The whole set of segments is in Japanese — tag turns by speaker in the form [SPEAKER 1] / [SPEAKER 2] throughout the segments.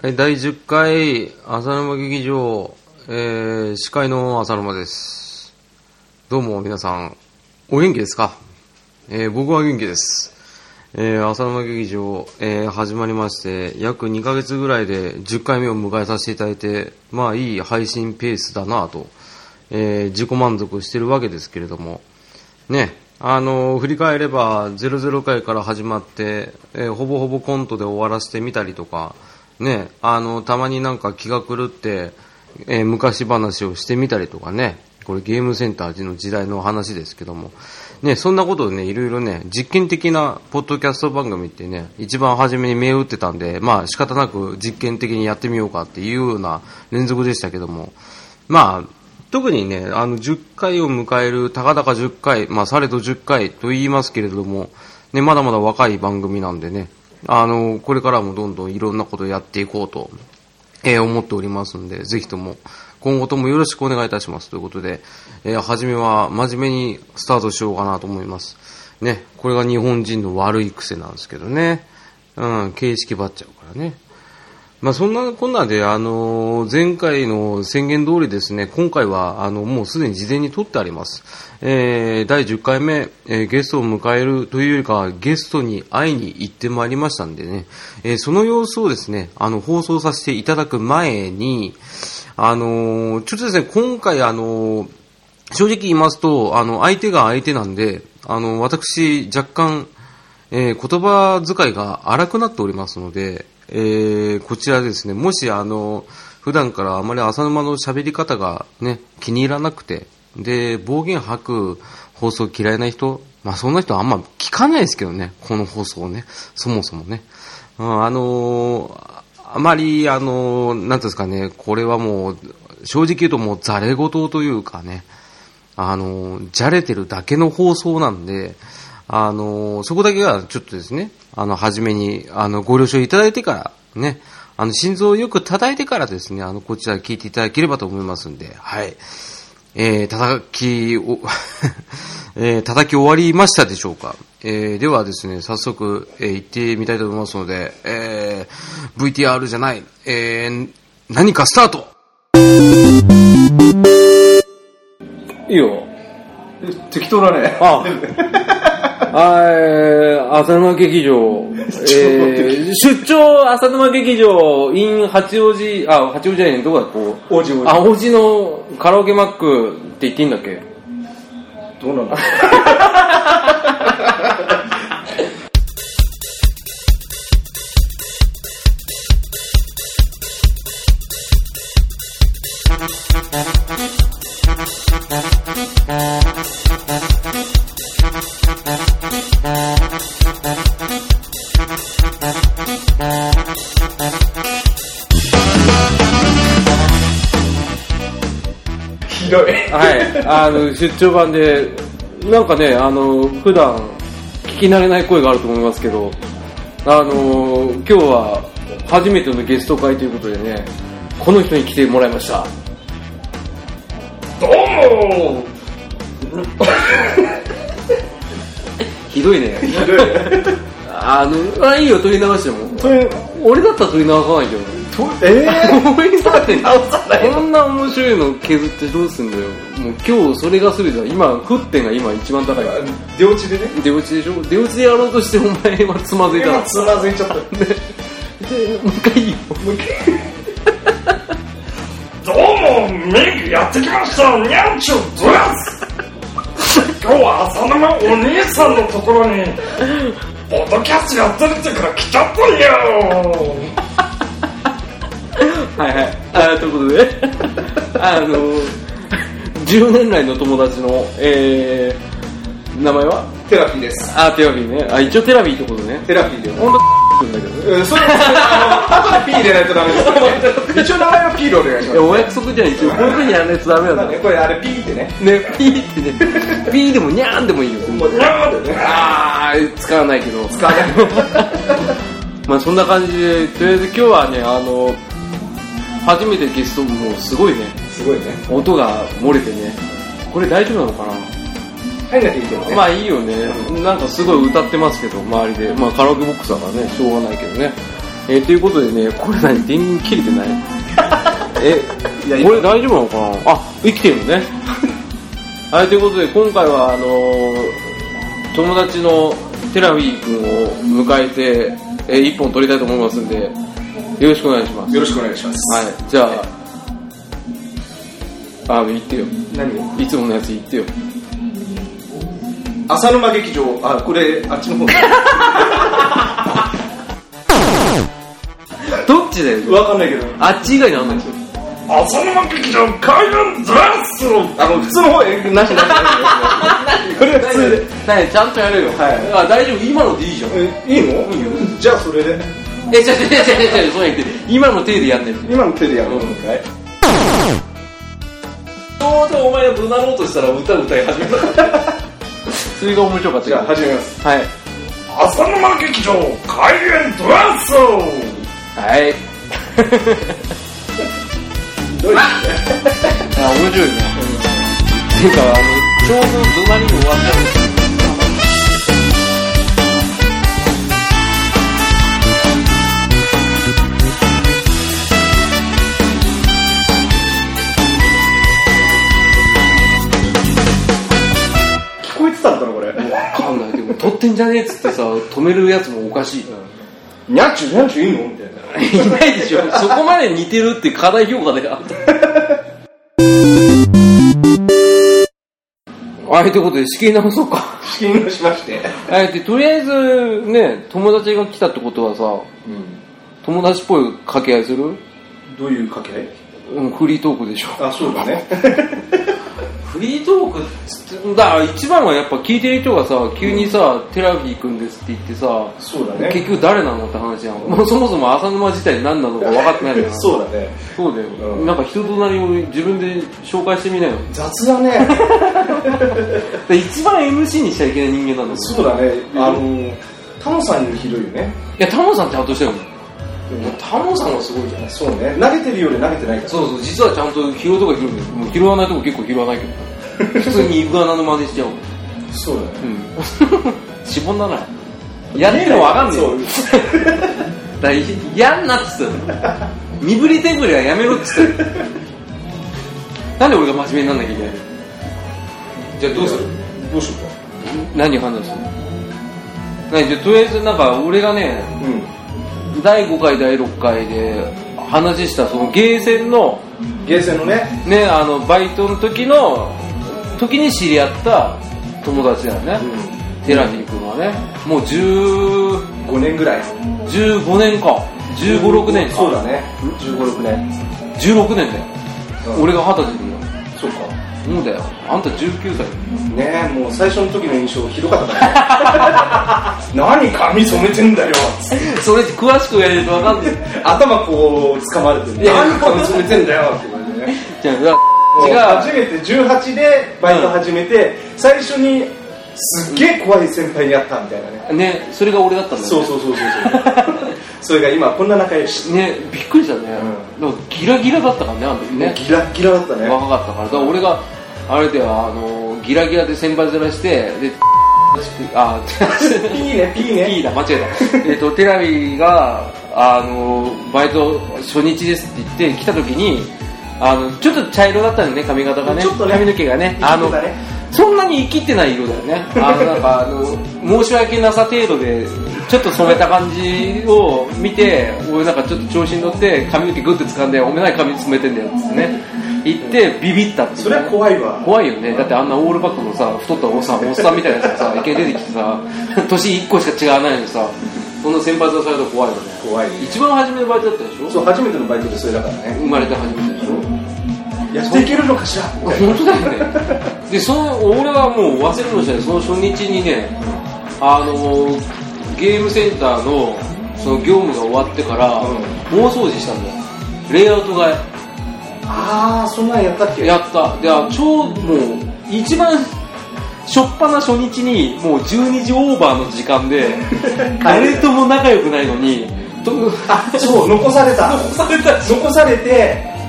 [SPEAKER 1] はい、第10回、浅沼劇場、えー、司会の浅沼です。どうも皆さん、お元気ですかえー、僕は元気です。えー、浅沼劇場、えー、始まりまして、約2ヶ月ぐらいで10回目を迎えさせていただいて、まあいい配信ペースだなぁと、えー、自己満足してるわけですけれども、ね、あの振り返れば、00回から始まって、えーほぼほぼコントで終わらせてみたりとか、ね、あのたまになんか気が狂って、えー昔話をしてみたりとかね、これゲームセンターの時代の話ですけども、ね、そんなことをね、いろいろね、実験的なポッドキャスト番組ってね、一番初めに銘打ってたんで、まあ仕方なく実験的にやってみようかっていうような連続でしたけども、まあ、特にね、あの、10回を迎える、たかだか10回、まあ、されど10回と言いますけれども、ね、まだまだ若い番組なんでね、あの、これからもどんどんいろんなことをやっていこうと、えー思っておりますんで、ぜひとも、今後ともよろしくお願いいたしますということで、えー初めは真面目にスタートしようかなと思います。ね、これが日本人の悪い癖なんですけどね、うん、形式ばっちゃうからね。まあ、そんなこんなで、あの前回の宣言通りですね、今回はあのもうすでに事前に撮ってあります。えー第10回目、えーゲストを迎えるというよりかは、ゲストに会いに行ってまいりましたんでね、えーその様子をですね、あの、放送させていただく前に、あのちょっとですね、今回あの正直言いますと、あの、相手が相手なんで、あの、私、若干、えー言葉遣いが荒くなっておりますので、えーこちらですね、もし、あの、普段からあまり浅沼の喋り方がね、気に入らなくて、で、暴言吐く放送嫌いな人、まあそんな人はあんま聞かないですけどね、この放送ね、そもそもね。うん、あのーあまり、あのーなんていうんですかね、これはもう、正直言うともう、ざれ事というかね、あの、じゃれてるだけの放送なんで、あの、そこだけはちょっとですね、あの、初めに、あの、ご了承いただいてから、ね、あの、心臓をよく叩いてからですね、あの、こちら聞いていただければと思いますんで、はい。えー、叩き、お、 えー、叩き終わりましたでしょうか。えー、ではですね、早速、えー、行ってみたいと思いますので、えー、VTR じゃない、えー、何かスタート
[SPEAKER 2] いいよ。
[SPEAKER 3] 適当だね。
[SPEAKER 2] あ、あえー、浅沼劇場、えー、 出張浅沼劇場 in 八王子、あ、八王子じゃないどこだこう。
[SPEAKER 3] 王子王子
[SPEAKER 2] あ、王子のカラオケマックって言っていいんだっけ
[SPEAKER 3] どうなんだひどい。
[SPEAKER 2] はい、あの、出張版で、なんかね、あの、普段聞き慣れない声があると思いますけど、あの、今日は初めてのゲスト会ということでね、この人に来てもらいました。
[SPEAKER 3] どうも
[SPEAKER 2] ひどいね。
[SPEAKER 3] ひどい。
[SPEAKER 2] あの、あ、いいよ、取り直しても。
[SPEAKER 3] それ、
[SPEAKER 2] 俺だったら取り直さないけど。
[SPEAKER 3] とえ
[SPEAKER 2] 俺だって、
[SPEAKER 3] 直さない
[SPEAKER 2] こんな面白いの削ってどうすんだよ。もう今日それがするじゃん。今、沸点が今一番高い。
[SPEAKER 3] ー、出落ちでね。
[SPEAKER 2] 出落ちでしょ出落ちでやろうとしてお前はつまずいた
[SPEAKER 3] 今
[SPEAKER 2] な。
[SPEAKER 3] つまずいちゃった。
[SPEAKER 2] で、でもう一回いいよ。
[SPEAKER 3] もう一回どうも、メイクやってきました。にゃんちゅうドヤス今日は浅沼お姉さんのところに、ポッドキャストやってるってから来ちゃったんよ。
[SPEAKER 2] はいはい。あーということで、 あの10年来の友達の、えー、名前は
[SPEAKER 3] テラフィーです。
[SPEAKER 2] あー、テラビーね。あ、一応テラビーってことね。
[SPEAKER 3] テラフィーです。
[SPEAKER 2] ほんと、くんだけどね。
[SPEAKER 3] うん、それは、あとで P 入れないとダメですからね。一応名前は P でお願いし
[SPEAKER 2] いや、お約束じゃん、一応。こういう風にやらないとダメなんだ
[SPEAKER 3] ます。これ、あれ P ってね。
[SPEAKER 2] ね、ピーってね、ピーでもニャーンでもいいよ。
[SPEAKER 3] もう、なるほどね。
[SPEAKER 2] あー、使わないけど。
[SPEAKER 3] 使わない。
[SPEAKER 2] まあそんな感じで、とりあえず今日はね、あの、初めてゲストもうすごいね、
[SPEAKER 3] すごいね。
[SPEAKER 2] 音が漏れてね。これ大丈夫なのか
[SPEAKER 3] 入んなきゃいいけど
[SPEAKER 2] な
[SPEAKER 3] ね。
[SPEAKER 2] まあいいよね。なんかすごい歌ってますけど、周りで。まあカラオケボックスだからね、しょうがないけどね。
[SPEAKER 1] えーということでね、これ何電源切れてない
[SPEAKER 3] いや
[SPEAKER 1] え、
[SPEAKER 3] 今
[SPEAKER 1] これ大丈夫なのかなあ、生きてるのね。はい、ということで今回は、あのー友達のテラフィー君を迎えて、えー一本撮りたいと思いますんで、よろしくお願いします。
[SPEAKER 3] よろしくお願いします。
[SPEAKER 1] はい、じゃあ、あ、言ってよ。
[SPEAKER 3] 何を
[SPEAKER 1] いつものやつ言ってよ。
[SPEAKER 3] 浅沼劇場、あ、これ、あっちの方だ。
[SPEAKER 1] どっちだよ。
[SPEAKER 3] わかんないけど。
[SPEAKER 1] あっち以外にあんないでしょ。
[SPEAKER 4] 浅沼劇場開運ドレス
[SPEAKER 3] あの、普通の方、え、なしなしなし。これが普通で。
[SPEAKER 1] はい、ちゃんとやるよ。
[SPEAKER 3] はい
[SPEAKER 1] あ、大丈夫、今のでいいじゃん。
[SPEAKER 3] え、いいのいいよ。じゃあそれで、
[SPEAKER 1] え、ちゃちゃちゃちゃちゃ、そうやって、今の手でやんねん。
[SPEAKER 3] 今の手でやろうのかい
[SPEAKER 1] ちょうどお前が怒鳴ろうとしたら歌歌い始 めた。それが面白かった
[SPEAKER 3] じゃあ始めます。
[SPEAKER 1] はい。
[SPEAKER 4] 浅沼劇場開運ドレス
[SPEAKER 1] はい。
[SPEAKER 3] どういうこと
[SPEAKER 1] あ、面白いね。っていうか、あの、ちょうど怒鳴りに終わっちゃうんですよ。
[SPEAKER 3] 聞こえてたのかな、これ。
[SPEAKER 1] わかんないけど、撮ってんじゃねえっつってさ、止めるやつもおかしい。
[SPEAKER 3] にゃっちゅう、にゃっちゅういいのみたいな。
[SPEAKER 1] いないでしょ。 そこまで似てるって課題評価で あった。はい、ということで、仕切り直そうか。
[SPEAKER 3] 資金をしまして。
[SPEAKER 1] はい、で、とりあえず、ね、友達が来たってことはさ、友達っぽい掛け合いする、
[SPEAKER 3] どういう掛け合い
[SPEAKER 1] うん、フリートークでしょ。
[SPEAKER 3] あ、そうだね。
[SPEAKER 1] フリートークっつって、だから一番はやっぱ聞いてる人がさ、急にさ、テラフィー君ですって言ってさ、
[SPEAKER 3] そうだね
[SPEAKER 1] 結局誰なのって話やん。もうそもそも浅沼自体何なのか分かってないじゃん。
[SPEAKER 3] そうだね。
[SPEAKER 1] そうだよ、
[SPEAKER 3] うん
[SPEAKER 1] なんか人となりを自分で紹介してみなよ。
[SPEAKER 3] 雑だね。
[SPEAKER 1] で一番 MC にしちゃいけない人間なんだよ。
[SPEAKER 3] そうだね。あの、タモさんよりひどいよね。
[SPEAKER 1] いや、タモさんちゃんとしてるもん。タモさんはすごいじゃん。
[SPEAKER 3] そうね。投げてるより投げてないから。
[SPEAKER 1] そうそう、実はちゃんと拾うとか拾うんだよ。もう拾わないとこ結構拾わないけど。普通にイグアナの真似しちゃうもん。
[SPEAKER 3] そうだね。
[SPEAKER 1] うん。 しぼんだな。やってるのわかんねえよ。だから嫌になっつったよ。身振り手振りはやめろっつったよ。なんで俺が真面目になんなきゃいけないのじゃあどうする
[SPEAKER 3] どうしようか。
[SPEAKER 1] 何話する何じゃあとりあえずなんか俺がね、
[SPEAKER 3] う
[SPEAKER 1] 第5回第6回で話したそのゲーセンの
[SPEAKER 3] ん。ゲーセンのね、
[SPEAKER 1] ね、あのバイトの時の時に知り合った友達だよね、テラフィー君はねもう10
[SPEAKER 3] 5年ぐらい。
[SPEAKER 1] 15年か1 5六6年か
[SPEAKER 3] そうだね。15、6年。
[SPEAKER 1] 16年だよ、
[SPEAKER 3] うん
[SPEAKER 1] 俺が二十歳でいいよ
[SPEAKER 3] そうか。
[SPEAKER 1] そうだよあんた19歳
[SPEAKER 3] ねえ、もう最初の時の印象ひどかった からね。何髪染めてんだよ。
[SPEAKER 1] それ詳しくやれると分かんない
[SPEAKER 3] 頭こう、掴まれて
[SPEAKER 1] いや
[SPEAKER 3] 何髪染めてんだ よって言われてね。
[SPEAKER 1] じゃあ違う
[SPEAKER 3] 初めて18でバイト始めて、最初にすっげえ怖い先輩に会ったみたいなね、
[SPEAKER 1] ねそれが俺だったんだよね
[SPEAKER 3] そうそうそうそうそう それが今こんな仲良し
[SPEAKER 1] ねびっくりしたね、
[SPEAKER 3] う
[SPEAKER 1] だからギラギラだったからねあの時ね
[SPEAKER 3] ギラッギラだったね
[SPEAKER 1] 若かったからだから俺があれだよあのギラギラで先輩ずらして であ
[SPEAKER 3] いいねいいね
[SPEAKER 1] いいだ間違えたえっとテラビがあのバイト初日ですって言って来た時にあのちょっと茶色だったのね髪型がね
[SPEAKER 3] ちょっとね
[SPEAKER 1] 髪の毛がねあの
[SPEAKER 3] 生きてたね
[SPEAKER 1] そんなに生きてない色だよねあ のなんかあの申し訳なさ程度でちょっと染めた感じを見て俺なんかちょっと調子に乗って髪の毛グッて掴んで「おめない髪染めてんだよ」っつってね言ってビビったっていう
[SPEAKER 3] そ
[SPEAKER 1] ね
[SPEAKER 3] れは怖いわ
[SPEAKER 1] 怖いよねだってあんなオールバックのさ太ったおっさんおっさんみたいなやつがさ一回出てきてさ年1個しか違わないのにさその先輩とされると怖いよね
[SPEAKER 3] 怖いね
[SPEAKER 1] 一番初めのバイトだったでしょ
[SPEAKER 3] そう初めてのバイトでそれだからね
[SPEAKER 1] 生まれて初めてでしょ
[SPEAKER 3] やっていけるのかしらみたいな
[SPEAKER 1] 本当だよねでその俺はもう忘れもしないその初日にねあのゲームセンターのその業務が終わってから、
[SPEAKER 3] うん
[SPEAKER 1] 大掃除したんだよレイアウト替え
[SPEAKER 3] ああそんなんやったっけ
[SPEAKER 1] やった。で、あ超、もう、一番、初っ端な初日に、もう12時オーバーの時間で、 誰とも仲良くないのに、と、
[SPEAKER 3] あそう残された
[SPEAKER 1] されたし、
[SPEAKER 3] 残されて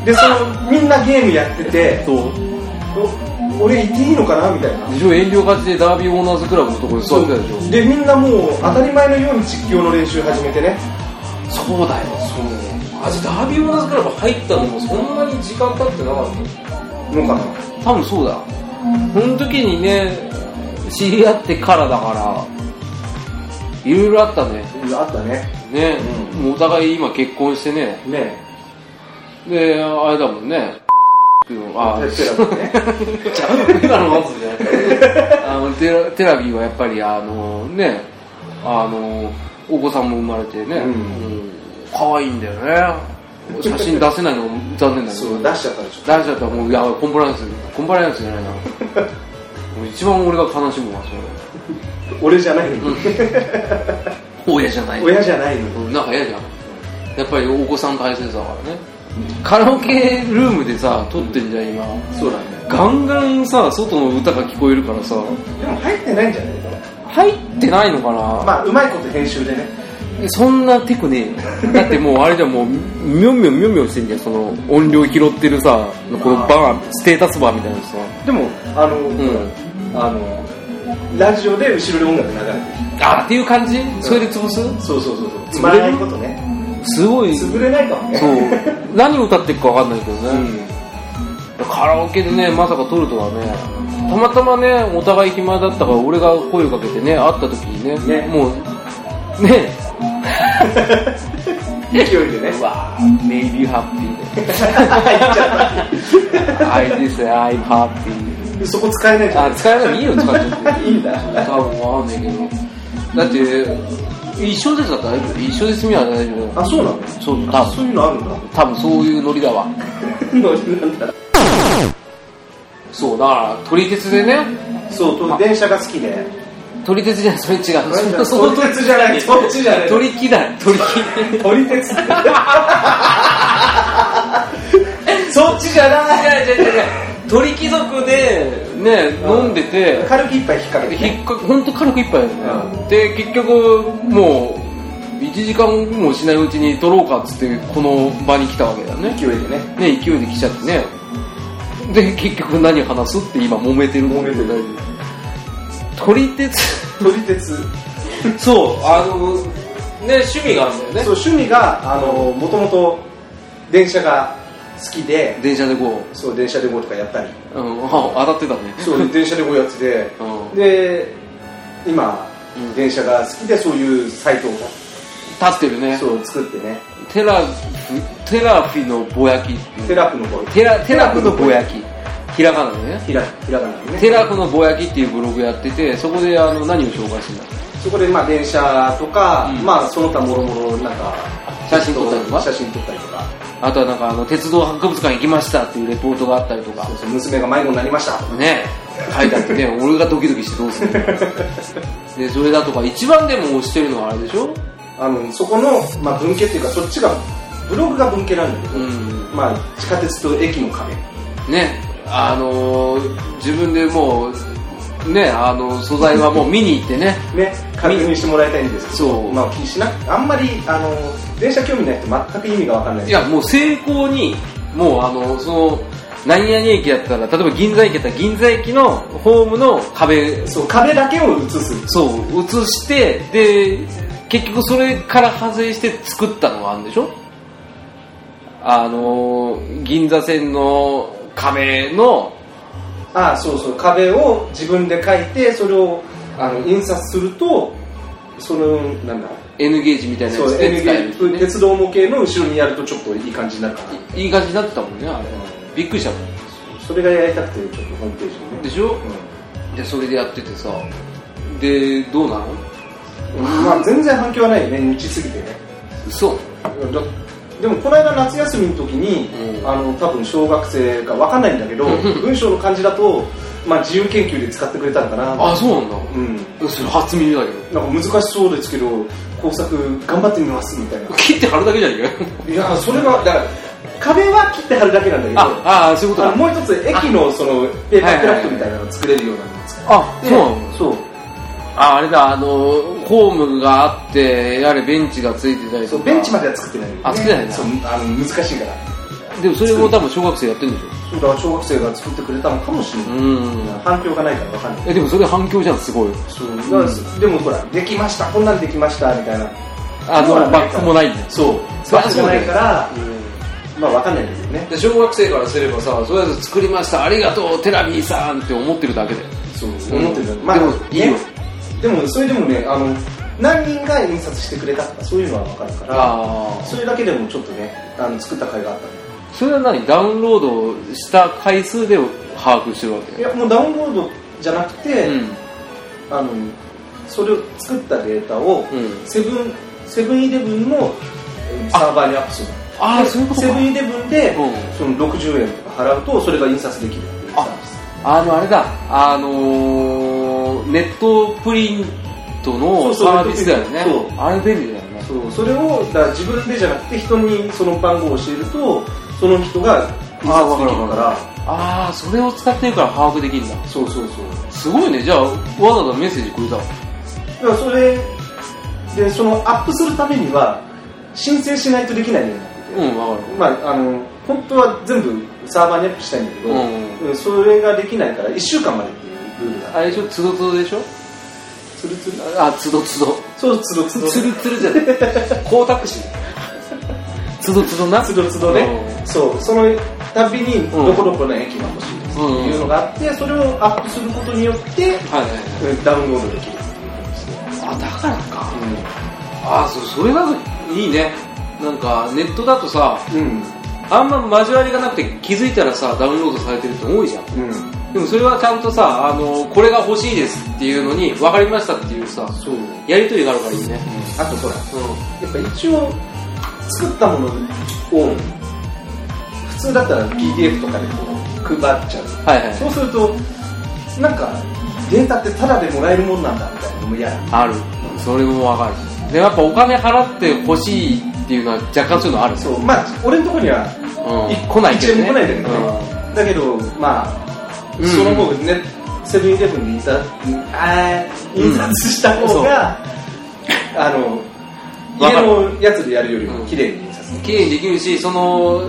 [SPEAKER 3] でそのみんなゲームやってて
[SPEAKER 1] そう。
[SPEAKER 3] お俺行っていいのかなみたいな
[SPEAKER 1] でしょ、遠慮勝ちでダービーオーナーズクラブのところに座ってたでしょ。
[SPEAKER 3] でみんなもう当たり前のように実況の練習始めてね
[SPEAKER 1] そうだよそうあじダービーオーナーズクラブ入ったのもそんなに時間経ってなかった
[SPEAKER 3] のかな
[SPEAKER 1] 多分そうだその時にね知り合ってからだからいろいろあったね
[SPEAKER 3] うんあったね
[SPEAKER 1] ね、もうお互い今結婚してね
[SPEAKER 3] ね
[SPEAKER 1] であれだもんねあ
[SPEAKER 3] えテラビね
[SPEAKER 1] じゃあ今の待つじゃんあのテラテラビーはやっぱりあのねあのお子さんも生まれてね、
[SPEAKER 3] うん
[SPEAKER 1] うん可愛いんだよね写真出せないのも残念だけど
[SPEAKER 3] そう出しちゃったでし
[SPEAKER 1] 大事だったらもうやばいコンプライアンスコンプライアンスじゃない なもう一番俺が悲しむわそれ
[SPEAKER 3] ょ俺じゃないのに
[SPEAKER 1] 親じゃない
[SPEAKER 3] 親じゃないのに
[SPEAKER 1] うんなんか嫌じゃんやっぱりお子さん大切だからねカラオケルームでさ撮ってんじゃん今
[SPEAKER 3] そうだね
[SPEAKER 1] ガンガンさ外の歌が聞こえるからさ
[SPEAKER 3] でも入ってないんじゃないか
[SPEAKER 1] 入ってないのかな、
[SPEAKER 3] なまあうまいこと編集でね
[SPEAKER 1] そんなテクねえよだってもうあれじゃんもうみょんみょんみょんみょんしてんじゃんその音量拾ってるさこのバーステータスバーみたいなのさ
[SPEAKER 3] でもあの、
[SPEAKER 1] ん
[SPEAKER 3] あのラジオで後ろで音楽流れてる
[SPEAKER 1] あっていう感じそれで潰す
[SPEAKER 3] そうそうそうそうつ
[SPEAKER 1] 潰
[SPEAKER 3] ま
[SPEAKER 1] れる
[SPEAKER 3] らないことね
[SPEAKER 1] すごい
[SPEAKER 3] 潰れないかもね
[SPEAKER 1] そう。何歌ってるか分かんないけどね。カラオケでね、まさか撮るとはね。たまたまね、お互い暇だったから、俺が声をかけてね、会った時にね、
[SPEAKER 3] ね
[SPEAKER 1] もう、ね、
[SPEAKER 3] 勢いでね
[SPEAKER 1] うわー、メイビーハッピーで。I this, I'm happy.
[SPEAKER 3] でそこ使えないじゃ
[SPEAKER 1] あ、使えないいいよ、使っちゃっ
[SPEAKER 3] ん
[SPEAKER 1] て。
[SPEAKER 3] いいんだ
[SPEAKER 1] 多分わかんないけど。だって、一小節だったら大丈夫。一小節目は大丈夫。
[SPEAKER 3] あそうなの
[SPEAKER 1] そう、多
[SPEAKER 3] そ
[SPEAKER 1] 分。
[SPEAKER 3] ういうのあるんだ
[SPEAKER 1] 多分そういうノリだわ。
[SPEAKER 3] なんだ
[SPEAKER 1] そう、だから、撮り鉄でね、
[SPEAKER 3] そうと電車が好きで
[SPEAKER 1] 撮り鉄じゃない、それ違う。
[SPEAKER 3] 撮り鉄じゃないそっちじゃない
[SPEAKER 1] 鳥木だ、鳥木。
[SPEAKER 3] 撮り鉄 そっちじゃない
[SPEAKER 1] 違う違う違う。鳥貴族で、ね、飲んでて、
[SPEAKER 3] 軽く一杯引っ掛け
[SPEAKER 1] ひ
[SPEAKER 3] て
[SPEAKER 1] っか、ほんと軽く一杯だよね。で、結局、もう、1時間もしないうちに撮ろうかっつって、この場に来たわけだよね。
[SPEAKER 3] 勢いでね
[SPEAKER 1] ね、勢いで来ちゃってね。で、結局何話すって今揉めてる。
[SPEAKER 3] 揉めてる
[SPEAKER 1] 撮り鉄。
[SPEAKER 3] 撮り鉄
[SPEAKER 1] そ
[SPEAKER 3] そう
[SPEAKER 1] う、あの、ね、趣味があるんだよね。
[SPEAKER 3] 趣味があのもともと電車が好きで
[SPEAKER 1] 電車でこ
[SPEAKER 3] そう電車でこうとかやった り
[SPEAKER 1] う、うん、あ当たってたね。
[SPEAKER 3] そう電車でこうやってて
[SPEAKER 1] うん
[SPEAKER 3] で今
[SPEAKER 1] うん
[SPEAKER 3] 電車が好きでそういうサイトを
[SPEAKER 1] 立ってるね。
[SPEAKER 3] そう作ってね
[SPEAKER 1] テラフ、テラフィのぼやきっていう
[SPEAKER 3] テラップの声
[SPEAKER 1] テラ、テラフのぼやき。ひらがなでね。
[SPEAKER 3] ひらひらがなのね
[SPEAKER 1] テラフのぼやきっていうブログやってて、そこであの、何を紹介してんだ
[SPEAKER 3] そこでまあ電車とか、
[SPEAKER 1] うん
[SPEAKER 3] まあその他もろもろなんか
[SPEAKER 1] 写真撮ったりとか
[SPEAKER 3] 写真撮ったりとか
[SPEAKER 1] あとはなんかあの、鉄道博物館行きましたっていうレポートがあったりとか
[SPEAKER 3] そう。そう娘が迷子になりました
[SPEAKER 1] ね書いてあってね、俺がドキドキしてどうするので、それだとか、一番でも推してるのはあれでしょ
[SPEAKER 3] あのそこの、まあ、文系っていうかそっちがブログが文系なんだけど、
[SPEAKER 1] うん。
[SPEAKER 3] まあ、地下鉄と駅の壁
[SPEAKER 1] ね、あのー自分でもう、ね、あの、素材はもう見に行ってね、
[SPEAKER 3] ね確認してもらいたいんですけど
[SPEAKER 1] そう
[SPEAKER 3] まあ、気にしなくあんまりあの電車興味ない人全く意味が分かんない
[SPEAKER 1] いや、もう成功に、もうあの、その、何々駅だったら、例えば銀座駅だったら、銀座駅のホームの壁、
[SPEAKER 3] そう壁だけを映す
[SPEAKER 1] そう、移して、で、結局それから派生して作ったのがあるんでしょあの、銀座線の壁の、
[SPEAKER 3] ああそうそう壁を自分で描いてそれをあの印刷するとそのなんだ
[SPEAKER 1] N ゲージみたいなや
[SPEAKER 3] そう
[SPEAKER 1] つで使えるんです
[SPEAKER 3] NG
[SPEAKER 1] ね
[SPEAKER 3] 鉄道模型の後ろにやるとちょっといい感じになるかな、
[SPEAKER 1] いい感じになってたもんね、あれ。びっくりしたもん。
[SPEAKER 3] それがやりたくてちょっとホームページにね
[SPEAKER 1] でしょで、それでやっててさ、で、どうなの
[SPEAKER 3] うんまあ、全然反響はないよね日ちすぎてね
[SPEAKER 1] 嘘
[SPEAKER 3] だでもこの間夏休みの時に、
[SPEAKER 1] うん
[SPEAKER 3] あの多分小学生かわかんないんだけど文章の感じだと、まあ、自由研究で使ってくれたのかな
[SPEAKER 1] あ、そうなんだ。
[SPEAKER 3] うん
[SPEAKER 1] それ初耳だけど。
[SPEAKER 3] なんか難しそうですけど工作頑張ってみますみたいな
[SPEAKER 1] 切って貼るだけじゃいけない
[SPEAKER 3] いやそれはだから壁は切って貼るだけなんだけどあ
[SPEAKER 1] ああ、そういうこと
[SPEAKER 3] の
[SPEAKER 1] か。
[SPEAKER 3] もう一つ駅のそのペーパークラフトみたいなのを作れるようなのを作っ
[SPEAKER 1] あ、
[SPEAKER 3] て、
[SPEAKER 1] そうなの
[SPEAKER 3] そう
[SPEAKER 1] あ、あれだ、あの、ホームがあって、やれベンチがついてたり
[SPEAKER 3] そ
[SPEAKER 1] とか。
[SPEAKER 3] うベンチまでは作ってないよね
[SPEAKER 1] あ作ってないな
[SPEAKER 3] そうあの難しいから
[SPEAKER 1] でもそれも多分小学生やってるんでし
[SPEAKER 3] そうだ小学生が作ってくれたのかもしれ
[SPEAKER 1] ょ。
[SPEAKER 3] な
[SPEAKER 1] う
[SPEAKER 3] い、
[SPEAKER 1] ん。
[SPEAKER 3] 反響がないからわかんない
[SPEAKER 1] え、でもそれ反響じゃん、すごい。
[SPEAKER 3] そうだからでもほらできましたこんなんできましたみたいな
[SPEAKER 1] あの
[SPEAKER 3] そうなんだ
[SPEAKER 1] バックもないんだ
[SPEAKER 3] そう
[SPEAKER 5] そう
[SPEAKER 3] バカじゃないから、うんまあわかんないですよね
[SPEAKER 1] で小学生からすればさとりあえず作りましたありがとうテラビーさんって思ってるだけで
[SPEAKER 3] そう
[SPEAKER 1] 思
[SPEAKER 3] 思
[SPEAKER 1] っ
[SPEAKER 3] ってて
[SPEAKER 1] る
[SPEAKER 3] る
[SPEAKER 1] まあいいよ
[SPEAKER 3] ね、でもそれでもねあの何人が印刷してくれたとかそういうのはわかるから
[SPEAKER 1] あ
[SPEAKER 3] それだけでもちょっとねあの作った甲斐があったね
[SPEAKER 1] それは何ダウンロードした回数で把握してるわ
[SPEAKER 3] い
[SPEAKER 1] け
[SPEAKER 3] やもうダウンロードじゃなくて、
[SPEAKER 1] うん
[SPEAKER 3] あのそれを作ったデータを、
[SPEAKER 1] うん
[SPEAKER 3] セブンセブンイレブンのえーサーバーにアップする
[SPEAKER 1] ああそういうことか
[SPEAKER 3] セブンイレブンで、
[SPEAKER 1] うん
[SPEAKER 3] その60円とか払うとそれが印刷できるっていうサービス
[SPEAKER 1] あのあれだあのーネットプリントの
[SPEAKER 3] そうそう
[SPEAKER 1] サービスだよね
[SPEAKER 3] そう
[SPEAKER 1] あれ便利だよね
[SPEAKER 3] そうそれをだから自分でじゃなくて人にその番号を教えるとその人が
[SPEAKER 1] あー
[SPEAKER 3] 印刷
[SPEAKER 1] わか
[SPEAKER 3] でき
[SPEAKER 1] る
[SPEAKER 3] る
[SPEAKER 1] わ
[SPEAKER 3] か
[SPEAKER 1] からるああそれを使ってるから把握できるんだ
[SPEAKER 3] そうそうそう
[SPEAKER 1] すごいねじゃあわざわざメッセージくれたわ
[SPEAKER 3] だからそれでそのアップするためには申請しないとできないようになってて、
[SPEAKER 1] うんわかる
[SPEAKER 3] まあ、あの本当は全部サーバーにアップしたいんだけど、
[SPEAKER 1] う
[SPEAKER 3] うんそれができないから1週間までっていうルールが
[SPEAKER 1] あれでしょつどつどでしょ
[SPEAKER 3] つるつる
[SPEAKER 1] あつどつど
[SPEAKER 3] そうつどつど
[SPEAKER 1] つるつるじゃない光沢紙つどつどな
[SPEAKER 3] つどつどねそうそのたびに
[SPEAKER 1] うん
[SPEAKER 3] どこどこの駅が欲しいですっていうのがあってそれをアップすることによって
[SPEAKER 1] はいはいはい
[SPEAKER 3] うんダウンロードできるっていうことですね
[SPEAKER 1] あだからかああそそれがいいねなんかネットだとさ
[SPEAKER 3] うん
[SPEAKER 1] あんま交わりがなくて気づいたらさダウンロードされてる人多いじゃん
[SPEAKER 3] うん
[SPEAKER 1] でもそれはちゃんとさあのこれが欲しいですっていうのに分かりましたっていうさ
[SPEAKER 3] そう
[SPEAKER 1] やりとりがあるからいいね
[SPEAKER 3] あとほらやっぱ一応作ったものを普通だったら PDF とかでこう配っちゃう
[SPEAKER 1] はいはい
[SPEAKER 3] そうするとなんかデータってタダでもらえるもんなんだみたいなのも嫌だ
[SPEAKER 1] あるそれも分かるでやっぱお金払って欲しいっていうのは若干そういうのある
[SPEAKER 3] そうまあ俺のところには
[SPEAKER 1] うん
[SPEAKER 3] い
[SPEAKER 1] 来ないけどね
[SPEAKER 3] 一円も来ないんだけどねだけどまあ、
[SPEAKER 1] うん
[SPEAKER 3] その方がねセブンイレブンに印刷あー印刷した方が、あの
[SPEAKER 1] わか
[SPEAKER 3] 家
[SPEAKER 1] る
[SPEAKER 3] のやつでやるより
[SPEAKER 1] うん
[SPEAKER 3] も綺麗に印刷
[SPEAKER 1] 綺麗にできるしその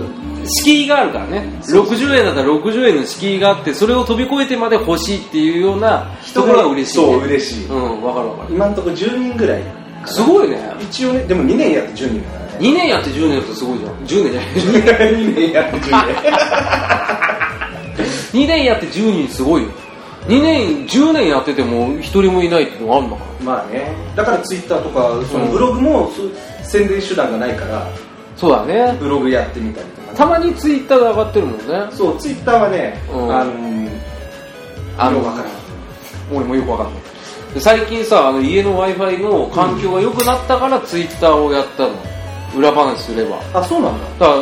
[SPEAKER 1] 敷居があるからね60円だったら60円の敷居があってそれを飛び越えてまで欲しいっていうようなところが嬉しい、ね、
[SPEAKER 3] そう嬉しい、
[SPEAKER 1] うん分かる分かる
[SPEAKER 3] 今んとこ10人ぐらい
[SPEAKER 1] すごいね
[SPEAKER 3] 一応ねでも2年やって10人だからね
[SPEAKER 1] 2年やって10年だとすごいじゃん10年じゃない
[SPEAKER 3] 2 年やって10年
[SPEAKER 1] 2年やって10人すごいよ2年10年やってても1人もいないっていうのがあるんだか
[SPEAKER 3] まあねだからツイッターとかそのブログも、そう宣伝手段がないから
[SPEAKER 1] らそうだね
[SPEAKER 3] ブログやってみたりとかね、
[SPEAKER 1] たまにツイッターで上がってるもんね
[SPEAKER 3] そうツイッターはね、
[SPEAKER 1] うん
[SPEAKER 3] あの
[SPEAKER 1] あの
[SPEAKER 3] わからん
[SPEAKER 1] 俺もよくわかんないで最近さあの家の w i f i の環境が良くなったからツイッターをやったの裏話すれば
[SPEAKER 3] あそうなんだ
[SPEAKER 1] だから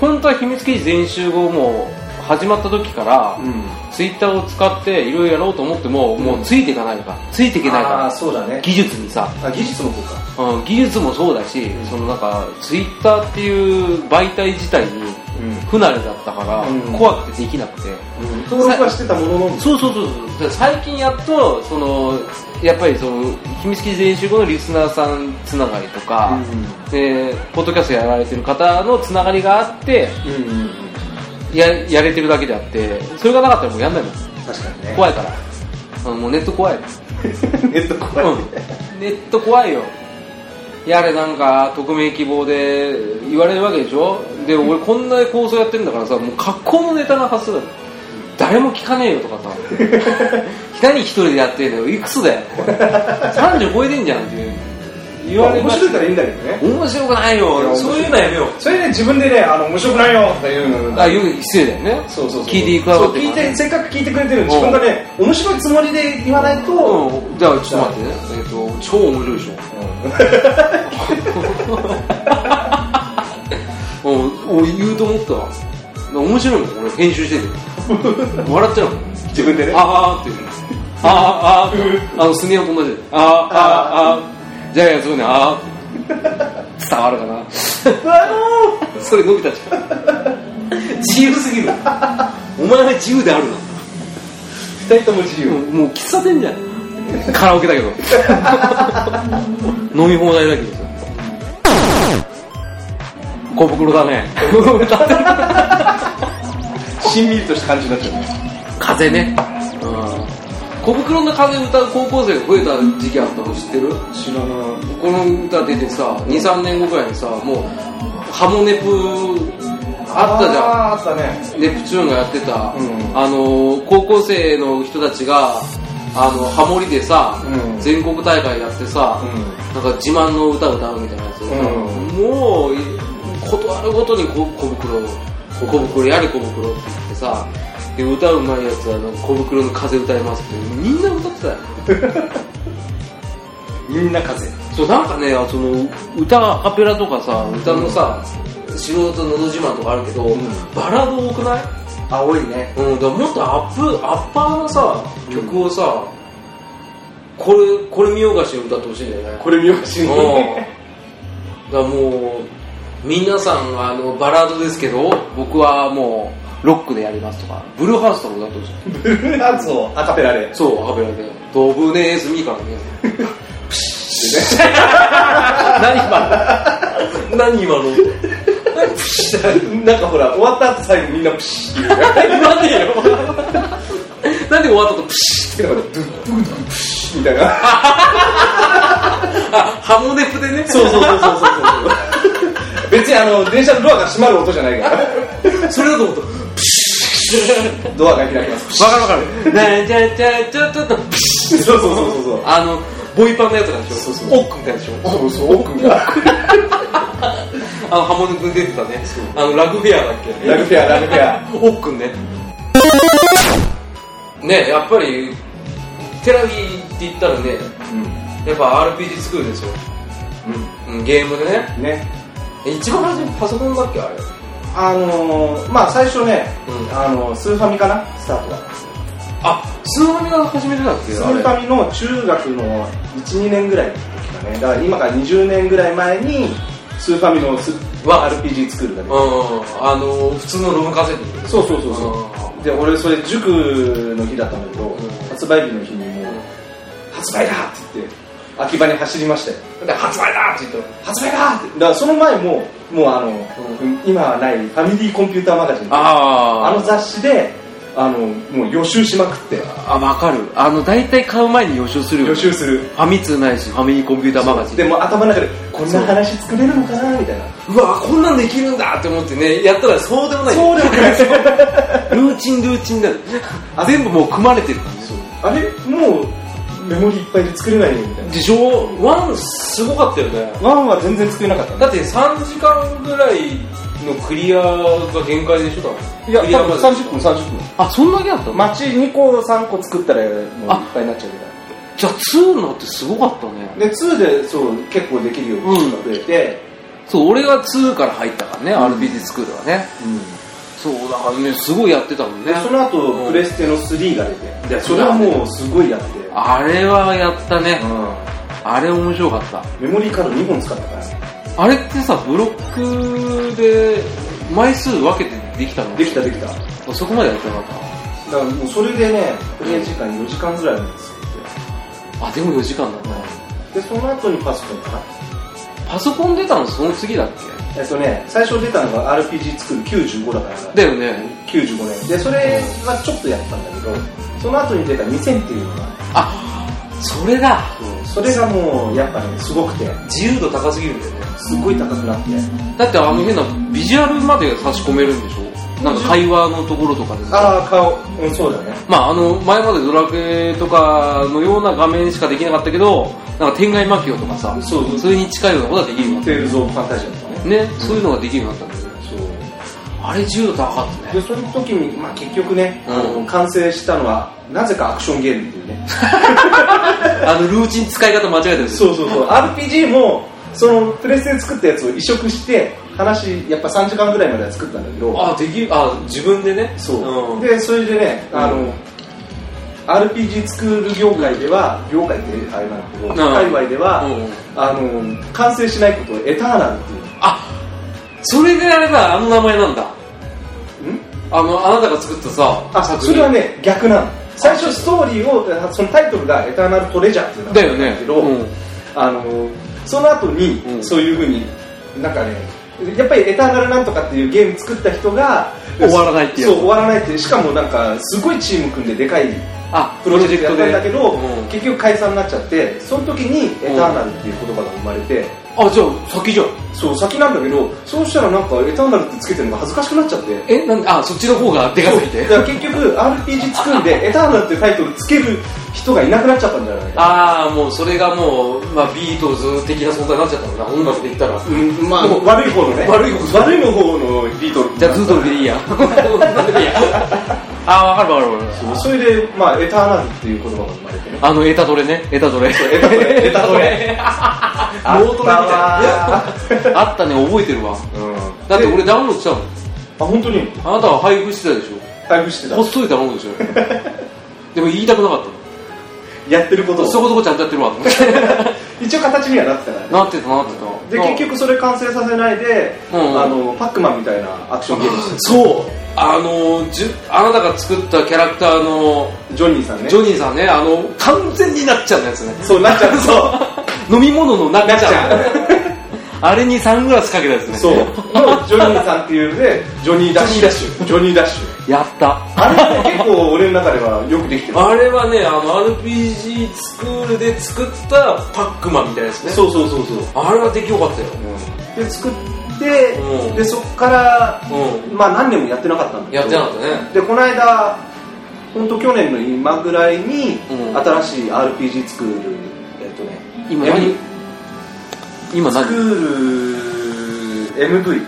[SPEAKER 1] 本当は秘密基地全集合も始まった時から、
[SPEAKER 3] ん
[SPEAKER 1] ツイッターを使っていろいろやろうと思っても、もうついていかないからついていけない
[SPEAKER 3] ああー
[SPEAKER 1] か
[SPEAKER 3] そうだ
[SPEAKER 1] ら
[SPEAKER 3] ね
[SPEAKER 1] 技術にさ、
[SPEAKER 3] あ技術の方か
[SPEAKER 1] うん、技術もそうだし、そのなんかツイッターっていう媒体自体に
[SPEAKER 3] うん
[SPEAKER 1] 不慣れだったから、
[SPEAKER 3] うん
[SPEAKER 1] 怖くてできなくて、
[SPEAKER 3] 登録はしてたものの
[SPEAKER 1] そうそうそうそうだから最近やっとそのやっぱりその秘密基地全集合のリスナーさんつながりとか、でポッドキャストやられてる方のつながりがあって
[SPEAKER 3] うんうんうん
[SPEAKER 1] ややれてるだけであってそれがなかったらもうやんないもん
[SPEAKER 3] 確かにね
[SPEAKER 1] 怖いからうんもうネット怖い、
[SPEAKER 3] い ネット怖い、
[SPEAKER 1] うんネット怖いよやれなんか匿名希望で言われるわけでしょで俺こんな構想やってんだからさもう格好のネタが発生だよ誰も聞かねえよとか さ何一人でやってんだよいくつだよ30超えてんじゃんっていう言
[SPEAKER 3] ま
[SPEAKER 1] わ
[SPEAKER 3] あ
[SPEAKER 1] れ
[SPEAKER 3] 面
[SPEAKER 1] ま
[SPEAKER 3] 白い
[SPEAKER 1] し
[SPEAKER 3] からいいんだけどね
[SPEAKER 1] 面白くない
[SPEAKER 3] いや
[SPEAKER 1] よ
[SPEAKER 3] 面白い
[SPEAKER 1] そういうのやめよう
[SPEAKER 3] それね自分でねあの面白くないよっていうの
[SPEAKER 1] あよく失礼だよね
[SPEAKER 3] そうそうそう
[SPEAKER 1] 聞いていくわ
[SPEAKER 3] そう
[SPEAKER 1] け
[SPEAKER 3] 聞いてせっかく聞いてくれてる
[SPEAKER 1] ん
[SPEAKER 3] 自分がね面白いつもりで言わないと、
[SPEAKER 1] うんじゃあちょっと待ってねえっと超面白いでしょうん、 お言うと思ったわ面白いもん俺編集してて笑っちゃうもん
[SPEAKER 3] 自分でね
[SPEAKER 1] あーあーって言うのあーあーあーあのスネアと同じであーあーあーじゃあいやそうねあー伝わるか なそれ伸びたじゃん自由すぎるお前は自由であるな
[SPEAKER 3] 二人とも自由、
[SPEAKER 1] もうもう喫茶店じゃんカラオケだけど 飲み放題だけどさ小袋だね
[SPEAKER 3] しんみりとした感じになっちゃうね
[SPEAKER 1] 風ね小袋の風歌う高校生が増えた時期あったの知ってる
[SPEAKER 3] 知らない
[SPEAKER 1] この歌出てさ23年後ぐらいにさもうハモネプあったじゃん
[SPEAKER 3] あーあったね
[SPEAKER 1] ネプチューンがやってた、
[SPEAKER 3] うん
[SPEAKER 1] あの高校生の人たちがあのハモリでさ、
[SPEAKER 3] うん
[SPEAKER 1] 全国大会やってさ、なんか自慢の歌を歌うみたいなやつ、もういことあるごとにこ小袋を小袋やれ小袋って言ってさで歌うまいやつはあの小袋の風歌いますってみんな歌ってたよ
[SPEAKER 3] みんな風
[SPEAKER 1] そうなんかねあその歌アカペラとかさ歌のさ、素人のど自慢とかあるけど、バラード多くない
[SPEAKER 3] 青いね
[SPEAKER 1] うん、だからもっとアップ、アッパーなさ、曲をさ、これ、これ見よがしに歌ってほしいんだよね。
[SPEAKER 3] これ見ようし
[SPEAKER 1] うん。だからもう、皆さん、あの、バラードですけど、僕はもう、ロックでやりますとか、ブルーハースとか歌ってほしい。
[SPEAKER 3] ブルーハーツをアカペラで
[SPEAKER 1] そう、アカペラで。ドブネズミからね。何今の何今の何プシッ
[SPEAKER 3] なんかほら終わった後最後みんなプシ
[SPEAKER 1] 言
[SPEAKER 3] ッ
[SPEAKER 1] わねえよ。なんで終わったとプシッ
[SPEAKER 3] てなんかドゥッドゥッドゥップシッみたいな
[SPEAKER 1] あ、ハモネプでね。
[SPEAKER 3] そうそうそうそうそうそう別にあの電車のドアが閉まる音じゃないから
[SPEAKER 1] それだと思った。
[SPEAKER 3] ドアが開きますプシ
[SPEAKER 1] わかるわかる。ねじゃじゃじゃちょっと、ピシッ
[SPEAKER 3] ッそうそうそうそうそう
[SPEAKER 1] あの、ボイパンのやつなんでしょ
[SPEAKER 3] そうそう
[SPEAKER 1] オックみたいでしょ
[SPEAKER 3] そうそう奥が
[SPEAKER 1] あの、ハモネプに出てたね。あの、ラグフェアだっけ
[SPEAKER 3] ラグフェアラグフェア
[SPEAKER 1] オックね。ねやっぱり、テラギって言ったらね、やっぱ RPG 作るでしょ。うん、ゲームでね。
[SPEAKER 3] うんね
[SPEAKER 1] え一番初めパソコンだっけあれ。
[SPEAKER 3] あのー、まあ最初ね、
[SPEAKER 1] うん
[SPEAKER 3] あのスーファミかなスタートは
[SPEAKER 1] あ、スーファミが始めてたっけ
[SPEAKER 3] ス
[SPEAKER 1] あ
[SPEAKER 3] ー
[SPEAKER 1] れ
[SPEAKER 3] ファミの中学の12年ぐらいの時だねだから今から20年ぐらい前にスーファミのス
[SPEAKER 1] わ
[SPEAKER 3] RPG 作るだね
[SPEAKER 1] うん、あの、普通のロムカセットでしょ
[SPEAKER 3] そうそうそうそうで俺それ塾の日だったんだけど、
[SPEAKER 1] ん
[SPEAKER 3] 発売日の日にもう発売だって言って秋葉に走りましたよ
[SPEAKER 1] だって発売だって言ったら。
[SPEAKER 3] 発売だってだからその前ももうあの、今はないファミリーコンピューターマガジン
[SPEAKER 1] あ
[SPEAKER 3] あの雑誌であのもう予習しまくって
[SPEAKER 1] あ、わかる。あの、大体買う前に予習するよ、ね。
[SPEAKER 3] 予習する
[SPEAKER 1] ファミ通ないし、ファミリーコンピューターマガジン。
[SPEAKER 3] でもう頭の中でこんな話作れるのかなみたいな
[SPEAKER 1] うわこんなんできるんだって思ってね、やったらそうでもない。
[SPEAKER 3] そうでもない
[SPEAKER 1] ルーチン、ルーチンになる。全部もう組まれてる感
[SPEAKER 3] あれもうメモリいっぱいで作れないよみたい
[SPEAKER 1] じ。でしょワン、すごかったよね。
[SPEAKER 3] なワンは全然作れなかった
[SPEAKER 1] だって3時間ぐらいのクリアが限界でしょ、多分
[SPEAKER 3] いや
[SPEAKER 1] クリア
[SPEAKER 3] 多
[SPEAKER 1] ま
[SPEAKER 3] 分
[SPEAKER 1] で
[SPEAKER 3] 30分30分
[SPEAKER 1] あ、そんだけだったの
[SPEAKER 3] 街2個3個作ったらもういっぱいになっちゃうけど
[SPEAKER 1] じゃあ2のってすごかったね。
[SPEAKER 3] で2でそう結構できるようになって、
[SPEAKER 1] そう、俺が2から入ったからね、RPG スクールはね。
[SPEAKER 3] うん
[SPEAKER 1] そう、だからね、すごいやってたもんね
[SPEAKER 3] で。その後、
[SPEAKER 1] うん
[SPEAKER 3] プレステの3が出て
[SPEAKER 1] で
[SPEAKER 3] それはもうすごいやって、う
[SPEAKER 1] あれはやったね。
[SPEAKER 3] ん、
[SPEAKER 1] あれ面白かった。
[SPEAKER 3] メモリーカード2本使ったから
[SPEAKER 1] あれってさ、ブロックで枚数分けてできたの
[SPEAKER 3] できたできただか
[SPEAKER 1] そこまでやってなかっ
[SPEAKER 3] らもうそれでねプレイ時間4時間ぐらいなんですよ
[SPEAKER 1] た。あ、でも4時間だな。
[SPEAKER 3] でその後にパソコンかな
[SPEAKER 1] パソコン出たのその次だっ
[SPEAKER 3] えっとね最初出たのが RPG 作る95だから
[SPEAKER 1] けだよね。
[SPEAKER 3] 95年でそれはちょっとやったんだけどその後に出た2000っていうのが
[SPEAKER 1] あ、それだ。
[SPEAKER 3] それがもうやっぱねすごくて
[SPEAKER 1] 自由度高すぎるんだよね。
[SPEAKER 3] すっごい高くなって
[SPEAKER 1] だってあの変なビジュアルまで差し込めるんでしょなんか会話のところとかでさ。
[SPEAKER 3] ああ顔うんそうだね
[SPEAKER 1] まああの、前までドラクエとかのような画面しかできなかったけど、なんか天外魔境とかさ、
[SPEAKER 3] そうそう
[SPEAKER 1] それに近いようなことはできるようになっ
[SPEAKER 3] テールズ・オブ・ファンタジアとかね
[SPEAKER 1] た。ね、そういうのができるようになったんだよね。
[SPEAKER 3] そう
[SPEAKER 1] あれ自由度高かったね
[SPEAKER 3] で。その時に、まあ、結局ね、
[SPEAKER 1] うん
[SPEAKER 3] あの完成したのはなぜかアクションゲームっていうね
[SPEAKER 1] あの、ルーチン使い方間違えてるんですよ。
[SPEAKER 3] そうそうそう RPG もそのプレステで作ったやつを移植して話やっぱ3時間ぐらいまでは作ったんだけど
[SPEAKER 1] あ、できる、あ、自分でね。
[SPEAKER 3] そう、
[SPEAKER 1] ん
[SPEAKER 3] でそれでねあの、
[SPEAKER 1] う
[SPEAKER 3] RPG スクール業界では業界ってあれなんだけど、
[SPEAKER 1] ん
[SPEAKER 3] 界隈では、
[SPEAKER 1] うん
[SPEAKER 3] あの完成しないことをエターナルっていう
[SPEAKER 1] あ、それであれだ、あの名前なんだ。
[SPEAKER 3] ん
[SPEAKER 1] あの、あなたが作ったさ、
[SPEAKER 3] あ
[SPEAKER 1] 作
[SPEAKER 3] それはね逆なの最初ストーリーをそのタイトルが「エターナルトレジャー」っていう名
[SPEAKER 1] だ
[SPEAKER 3] 前
[SPEAKER 1] よ
[SPEAKER 3] なんだ
[SPEAKER 1] ね
[SPEAKER 3] け。ど、
[SPEAKER 1] うん
[SPEAKER 3] あのその後に、
[SPEAKER 1] うん
[SPEAKER 3] そういうふうになんかねやっぱり「エターナルなんとか」っていうゲーム作った人が
[SPEAKER 1] 終わらないっていう
[SPEAKER 3] そう終わらないっていうしかもなんかすごいチーム組んででかい
[SPEAKER 1] あ
[SPEAKER 3] プロジェクトやったんだけど、
[SPEAKER 1] うん
[SPEAKER 3] 結局解散になっちゃってその時にエターナルっていう言葉が生まれて、
[SPEAKER 1] あじゃあ先じゃん
[SPEAKER 3] そう先なんだけどそうしたらなんかエターナルってつけてるのが恥ずかしくなっちゃって
[SPEAKER 1] えなんあそっちの方がでかすぎて
[SPEAKER 3] だから結局 RPG 作んでエターナルってタイトルつける人がいなくなっちゃったんじゃないか
[SPEAKER 1] ああもうそれがもう、まあ、ビートルズ的な存在になっちゃったんだな音楽で言ったら、
[SPEAKER 3] うんまあ悪い方のね
[SPEAKER 1] 悪い方
[SPEAKER 3] 悪い方のビートル
[SPEAKER 1] じゃあズートルでいい や ああ分かる分かる分かる
[SPEAKER 3] それで、まあ、エターナルっていう言葉が生ま れてね
[SPEAKER 1] あのエタドレねエタドレ
[SPEAKER 3] エタドレエタド
[SPEAKER 1] ノートレみたいな
[SPEAKER 3] あった わ
[SPEAKER 1] あったね覚えてるわ
[SPEAKER 3] ーうん
[SPEAKER 1] だって俺ダウンロードしたもん
[SPEAKER 3] あ本当に
[SPEAKER 1] あなたは配布してたでし
[SPEAKER 3] 配布して
[SPEAKER 1] ょこっそり頼むでしょ でも言いたくなかった
[SPEAKER 3] たやってること
[SPEAKER 1] のそ
[SPEAKER 3] を
[SPEAKER 1] こそこちゃんとやってるわと思って
[SPEAKER 3] 一応形にはなってたからね
[SPEAKER 1] なってたなってた
[SPEAKER 3] で結局それ完成させないで、
[SPEAKER 1] うん
[SPEAKER 3] あのパックマンみたいなアクションゲームして
[SPEAKER 1] そうあのじゅあなたが作ったキャラクターの
[SPEAKER 3] るジョニーさんね
[SPEAKER 1] ジョニーさんねあの完全になっちゃうやつね
[SPEAKER 3] そうなっちゃう
[SPEAKER 1] そう飲み物のなっち
[SPEAKER 3] なっち
[SPEAKER 1] ゃう
[SPEAKER 3] ゃ
[SPEAKER 1] あれにサングラスかけたやつね
[SPEAKER 3] うそうのジョニーさんっていうのでジョニーダッシュジョニーダッシュ
[SPEAKER 1] やった
[SPEAKER 3] あれって結構俺の中ではよくできてる
[SPEAKER 1] あれはねあの RPG スクールで作ったパックマンみたいなやつね
[SPEAKER 3] そうそうそうそう、
[SPEAKER 1] あれはできよかったよ
[SPEAKER 3] で作って、
[SPEAKER 1] うん
[SPEAKER 3] でそっから、
[SPEAKER 1] う
[SPEAKER 3] まあ何年もやってなかったんだけ
[SPEAKER 1] や
[SPEAKER 3] ど
[SPEAKER 1] ってなかったね
[SPEAKER 3] でこの間本当去年の今ぐらいに、
[SPEAKER 1] うん
[SPEAKER 3] 新しい RPG 作るえっとね
[SPEAKER 1] 今
[SPEAKER 3] や
[SPEAKER 1] 何今
[SPEAKER 3] スク
[SPEAKER 1] 何
[SPEAKER 3] ール MV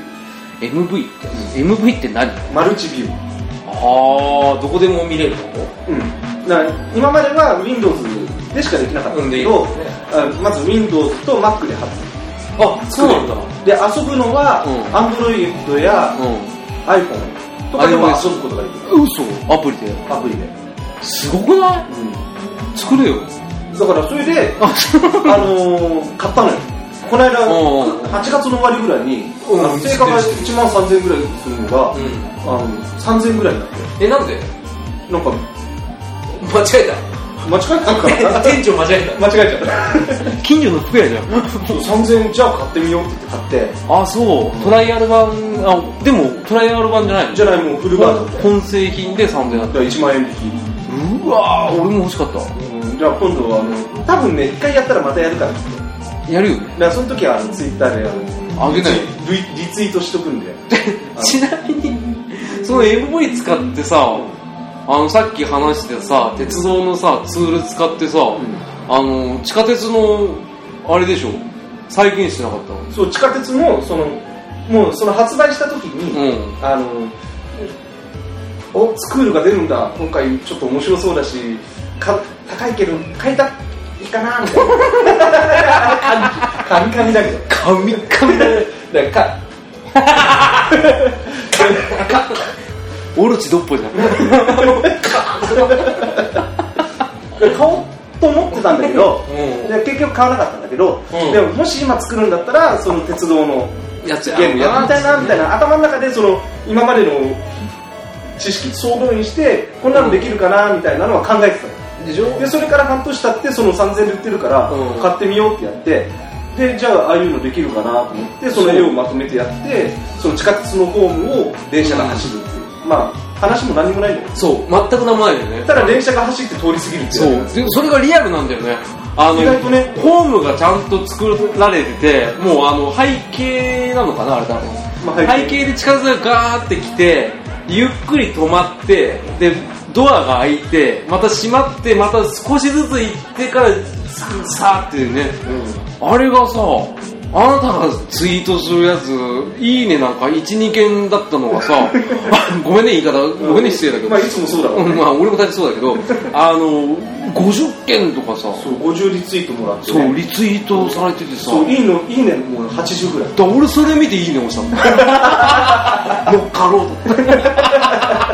[SPEAKER 1] MV って、MV って何あ
[SPEAKER 3] マルチビュー、
[SPEAKER 1] あどこでも見れるの
[SPEAKER 3] うん、だから今までは Windows でしかできなかったんだけど、
[SPEAKER 1] うんでいいね
[SPEAKER 3] あまず Windows と Mac で発
[SPEAKER 1] あそうなんだ
[SPEAKER 3] で遊ぶのは、
[SPEAKER 1] うん
[SPEAKER 3] Android や
[SPEAKER 1] う
[SPEAKER 3] iPhone とかでも
[SPEAKER 1] iOS
[SPEAKER 3] 遊ぶことができる
[SPEAKER 1] ん嘘アプリで
[SPEAKER 3] アプリで、
[SPEAKER 1] すごくない作れよ
[SPEAKER 3] だからそれで
[SPEAKER 1] あそう
[SPEAKER 3] あの ー、買ったのよ。この間、
[SPEAKER 1] うんうんうん
[SPEAKER 3] 8月の終わりぐらいに、
[SPEAKER 1] うん
[SPEAKER 3] あの定価が1万3000円ぐらいするのが、
[SPEAKER 1] うん
[SPEAKER 3] あの3000円ぐらいになって、
[SPEAKER 1] えなんで
[SPEAKER 3] なんか、
[SPEAKER 1] 間違え
[SPEAKER 3] 間違えたんか
[SPEAKER 1] た
[SPEAKER 3] な
[SPEAKER 1] 店長間違え
[SPEAKER 3] 間違えちゃった。
[SPEAKER 1] た近所の服屋じゃん
[SPEAKER 3] そう3000円じゃあ買ってみようって言って買っ
[SPEAKER 1] あそうトライアル版あでもトライアル版じゃないの
[SPEAKER 3] て、じゃないもうフルバージョンで。
[SPEAKER 1] 本製品で3000円だっ
[SPEAKER 3] だから1万円引
[SPEAKER 1] たうわー俺も欲しかっ
[SPEAKER 3] き。うんじゃあ今度は、あの、多分ね、一回やったらまたやるからって言って。
[SPEAKER 1] たやるよね
[SPEAKER 3] だからその時はあのツイッターで、あの、
[SPEAKER 1] あげない
[SPEAKER 3] リツイリツイートしとくんで。
[SPEAKER 1] ちなみにその MV 使ってさあのさっき話してさ鉄道のさツール使ってさ、あの地下鉄のあれでしょ再現してなかったの
[SPEAKER 3] そう、地下鉄も、その、もうその発売した時に、
[SPEAKER 1] うん
[SPEAKER 3] あの、おスクールが出るんだ、今回ちょっと面白そうだし、か高いけど、買えたいいかなみたい な。カミカミだけど。
[SPEAKER 1] 神々だね
[SPEAKER 3] だからか、
[SPEAKER 1] オロチドッポじゃん
[SPEAKER 3] 買おうと思ってたんだけど、
[SPEAKER 1] うん
[SPEAKER 3] で結局買わなかったんだけど、
[SPEAKER 1] うん
[SPEAKER 3] でももし今作るんだったら、その鉄道の
[SPEAKER 1] やつ
[SPEAKER 3] ゲームやってみたいな、みたいな、頭の中でその、今までの知識総動員して、こんなのできるかな、みたいなのは考えてたの。
[SPEAKER 1] でしょ
[SPEAKER 3] でそれから半年経ってその3000円で売ってるから
[SPEAKER 1] うん
[SPEAKER 3] 買ってみようってやってでじゃあああいうのできるかなと思ってその絵をまとめてやってその地下鉄のホームを電車が走るっていうまあ話も何もないんだけど
[SPEAKER 1] そう全く名前だよね
[SPEAKER 3] ただ電車が走って通り過ぎるって
[SPEAKER 1] そう
[SPEAKER 3] やつ
[SPEAKER 1] でそれがリアルなんだよねあの
[SPEAKER 3] 意外とね
[SPEAKER 1] ホームがちゃんと作られててもうあの背景なのかなあれ多分、
[SPEAKER 3] まあ背
[SPEAKER 1] 背
[SPEAKER 3] 景
[SPEAKER 1] 景で近づがガーってきてゆっくり止まってでドアが開いてまた閉まってまた少しずつ行ってからささーってね、あれがさあなたがツイートするやつ、いいねなんか1、2件だったのがさ、 あごめんね、言い方、ごめんね、失礼だけど、
[SPEAKER 3] まあいつもそうだわ、
[SPEAKER 1] うんまあ俺も大体そうだけどあの50件とかさ
[SPEAKER 3] そう50リツイートもらって、
[SPEAKER 1] そう
[SPEAKER 3] ね、
[SPEAKER 1] リツイートされててさ
[SPEAKER 3] そういいのいいねもう80ぐらい
[SPEAKER 1] だ俺それ見ていいね押したん だ乗っかろうと思って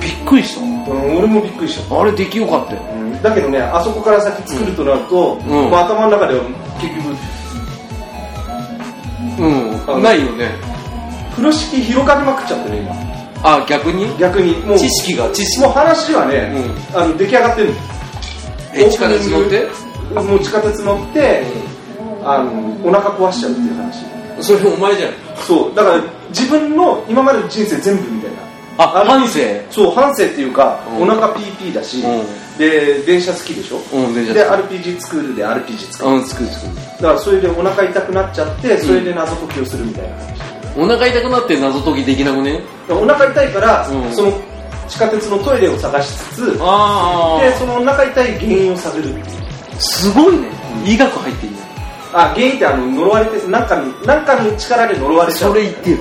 [SPEAKER 1] びっくりし
[SPEAKER 3] うん俺もびっくりした
[SPEAKER 1] たあれできよかったよ
[SPEAKER 3] うんだけどねあそこから先作るとなると、
[SPEAKER 1] うん
[SPEAKER 3] まあ、頭の中では結局
[SPEAKER 1] う
[SPEAKER 3] あ
[SPEAKER 1] んないよね
[SPEAKER 3] 風呂敷広がりまくっちゃってね今
[SPEAKER 1] あ逆に
[SPEAKER 3] 逆にもう
[SPEAKER 1] 知識が知識
[SPEAKER 3] もう話はね、あの出来上がってるの
[SPEAKER 1] え地下鉄乗って
[SPEAKER 3] もう地下鉄乗って、あのお腹壊しちゃうっていう話
[SPEAKER 1] それお前じゃん
[SPEAKER 3] そうだから自分の今までの人生全部みたいな
[SPEAKER 1] あ
[SPEAKER 3] あの
[SPEAKER 1] 半生
[SPEAKER 3] そう半生っていうか、
[SPEAKER 1] うん
[SPEAKER 3] お腹 PP だし、
[SPEAKER 1] うん
[SPEAKER 3] で電車好きでしょ、
[SPEAKER 1] うん電車
[SPEAKER 3] で RPG スクールで RPG 使う、
[SPEAKER 1] うん作る作る
[SPEAKER 3] だからそれでお腹痛くなっちゃってそれで謎解きをするみたいな話、
[SPEAKER 1] お腹痛くなって謎解きできなくね
[SPEAKER 3] お腹痛いから、
[SPEAKER 1] うん
[SPEAKER 3] その地下鉄のトイレを探しつつで
[SPEAKER 1] あ
[SPEAKER 3] そのお腹痛い原因を探る
[SPEAKER 1] すごいね医学入ってんね
[SPEAKER 3] あ原因ってあの呪われてなんかになんかの力で呪われちゃう
[SPEAKER 1] それ言ってよ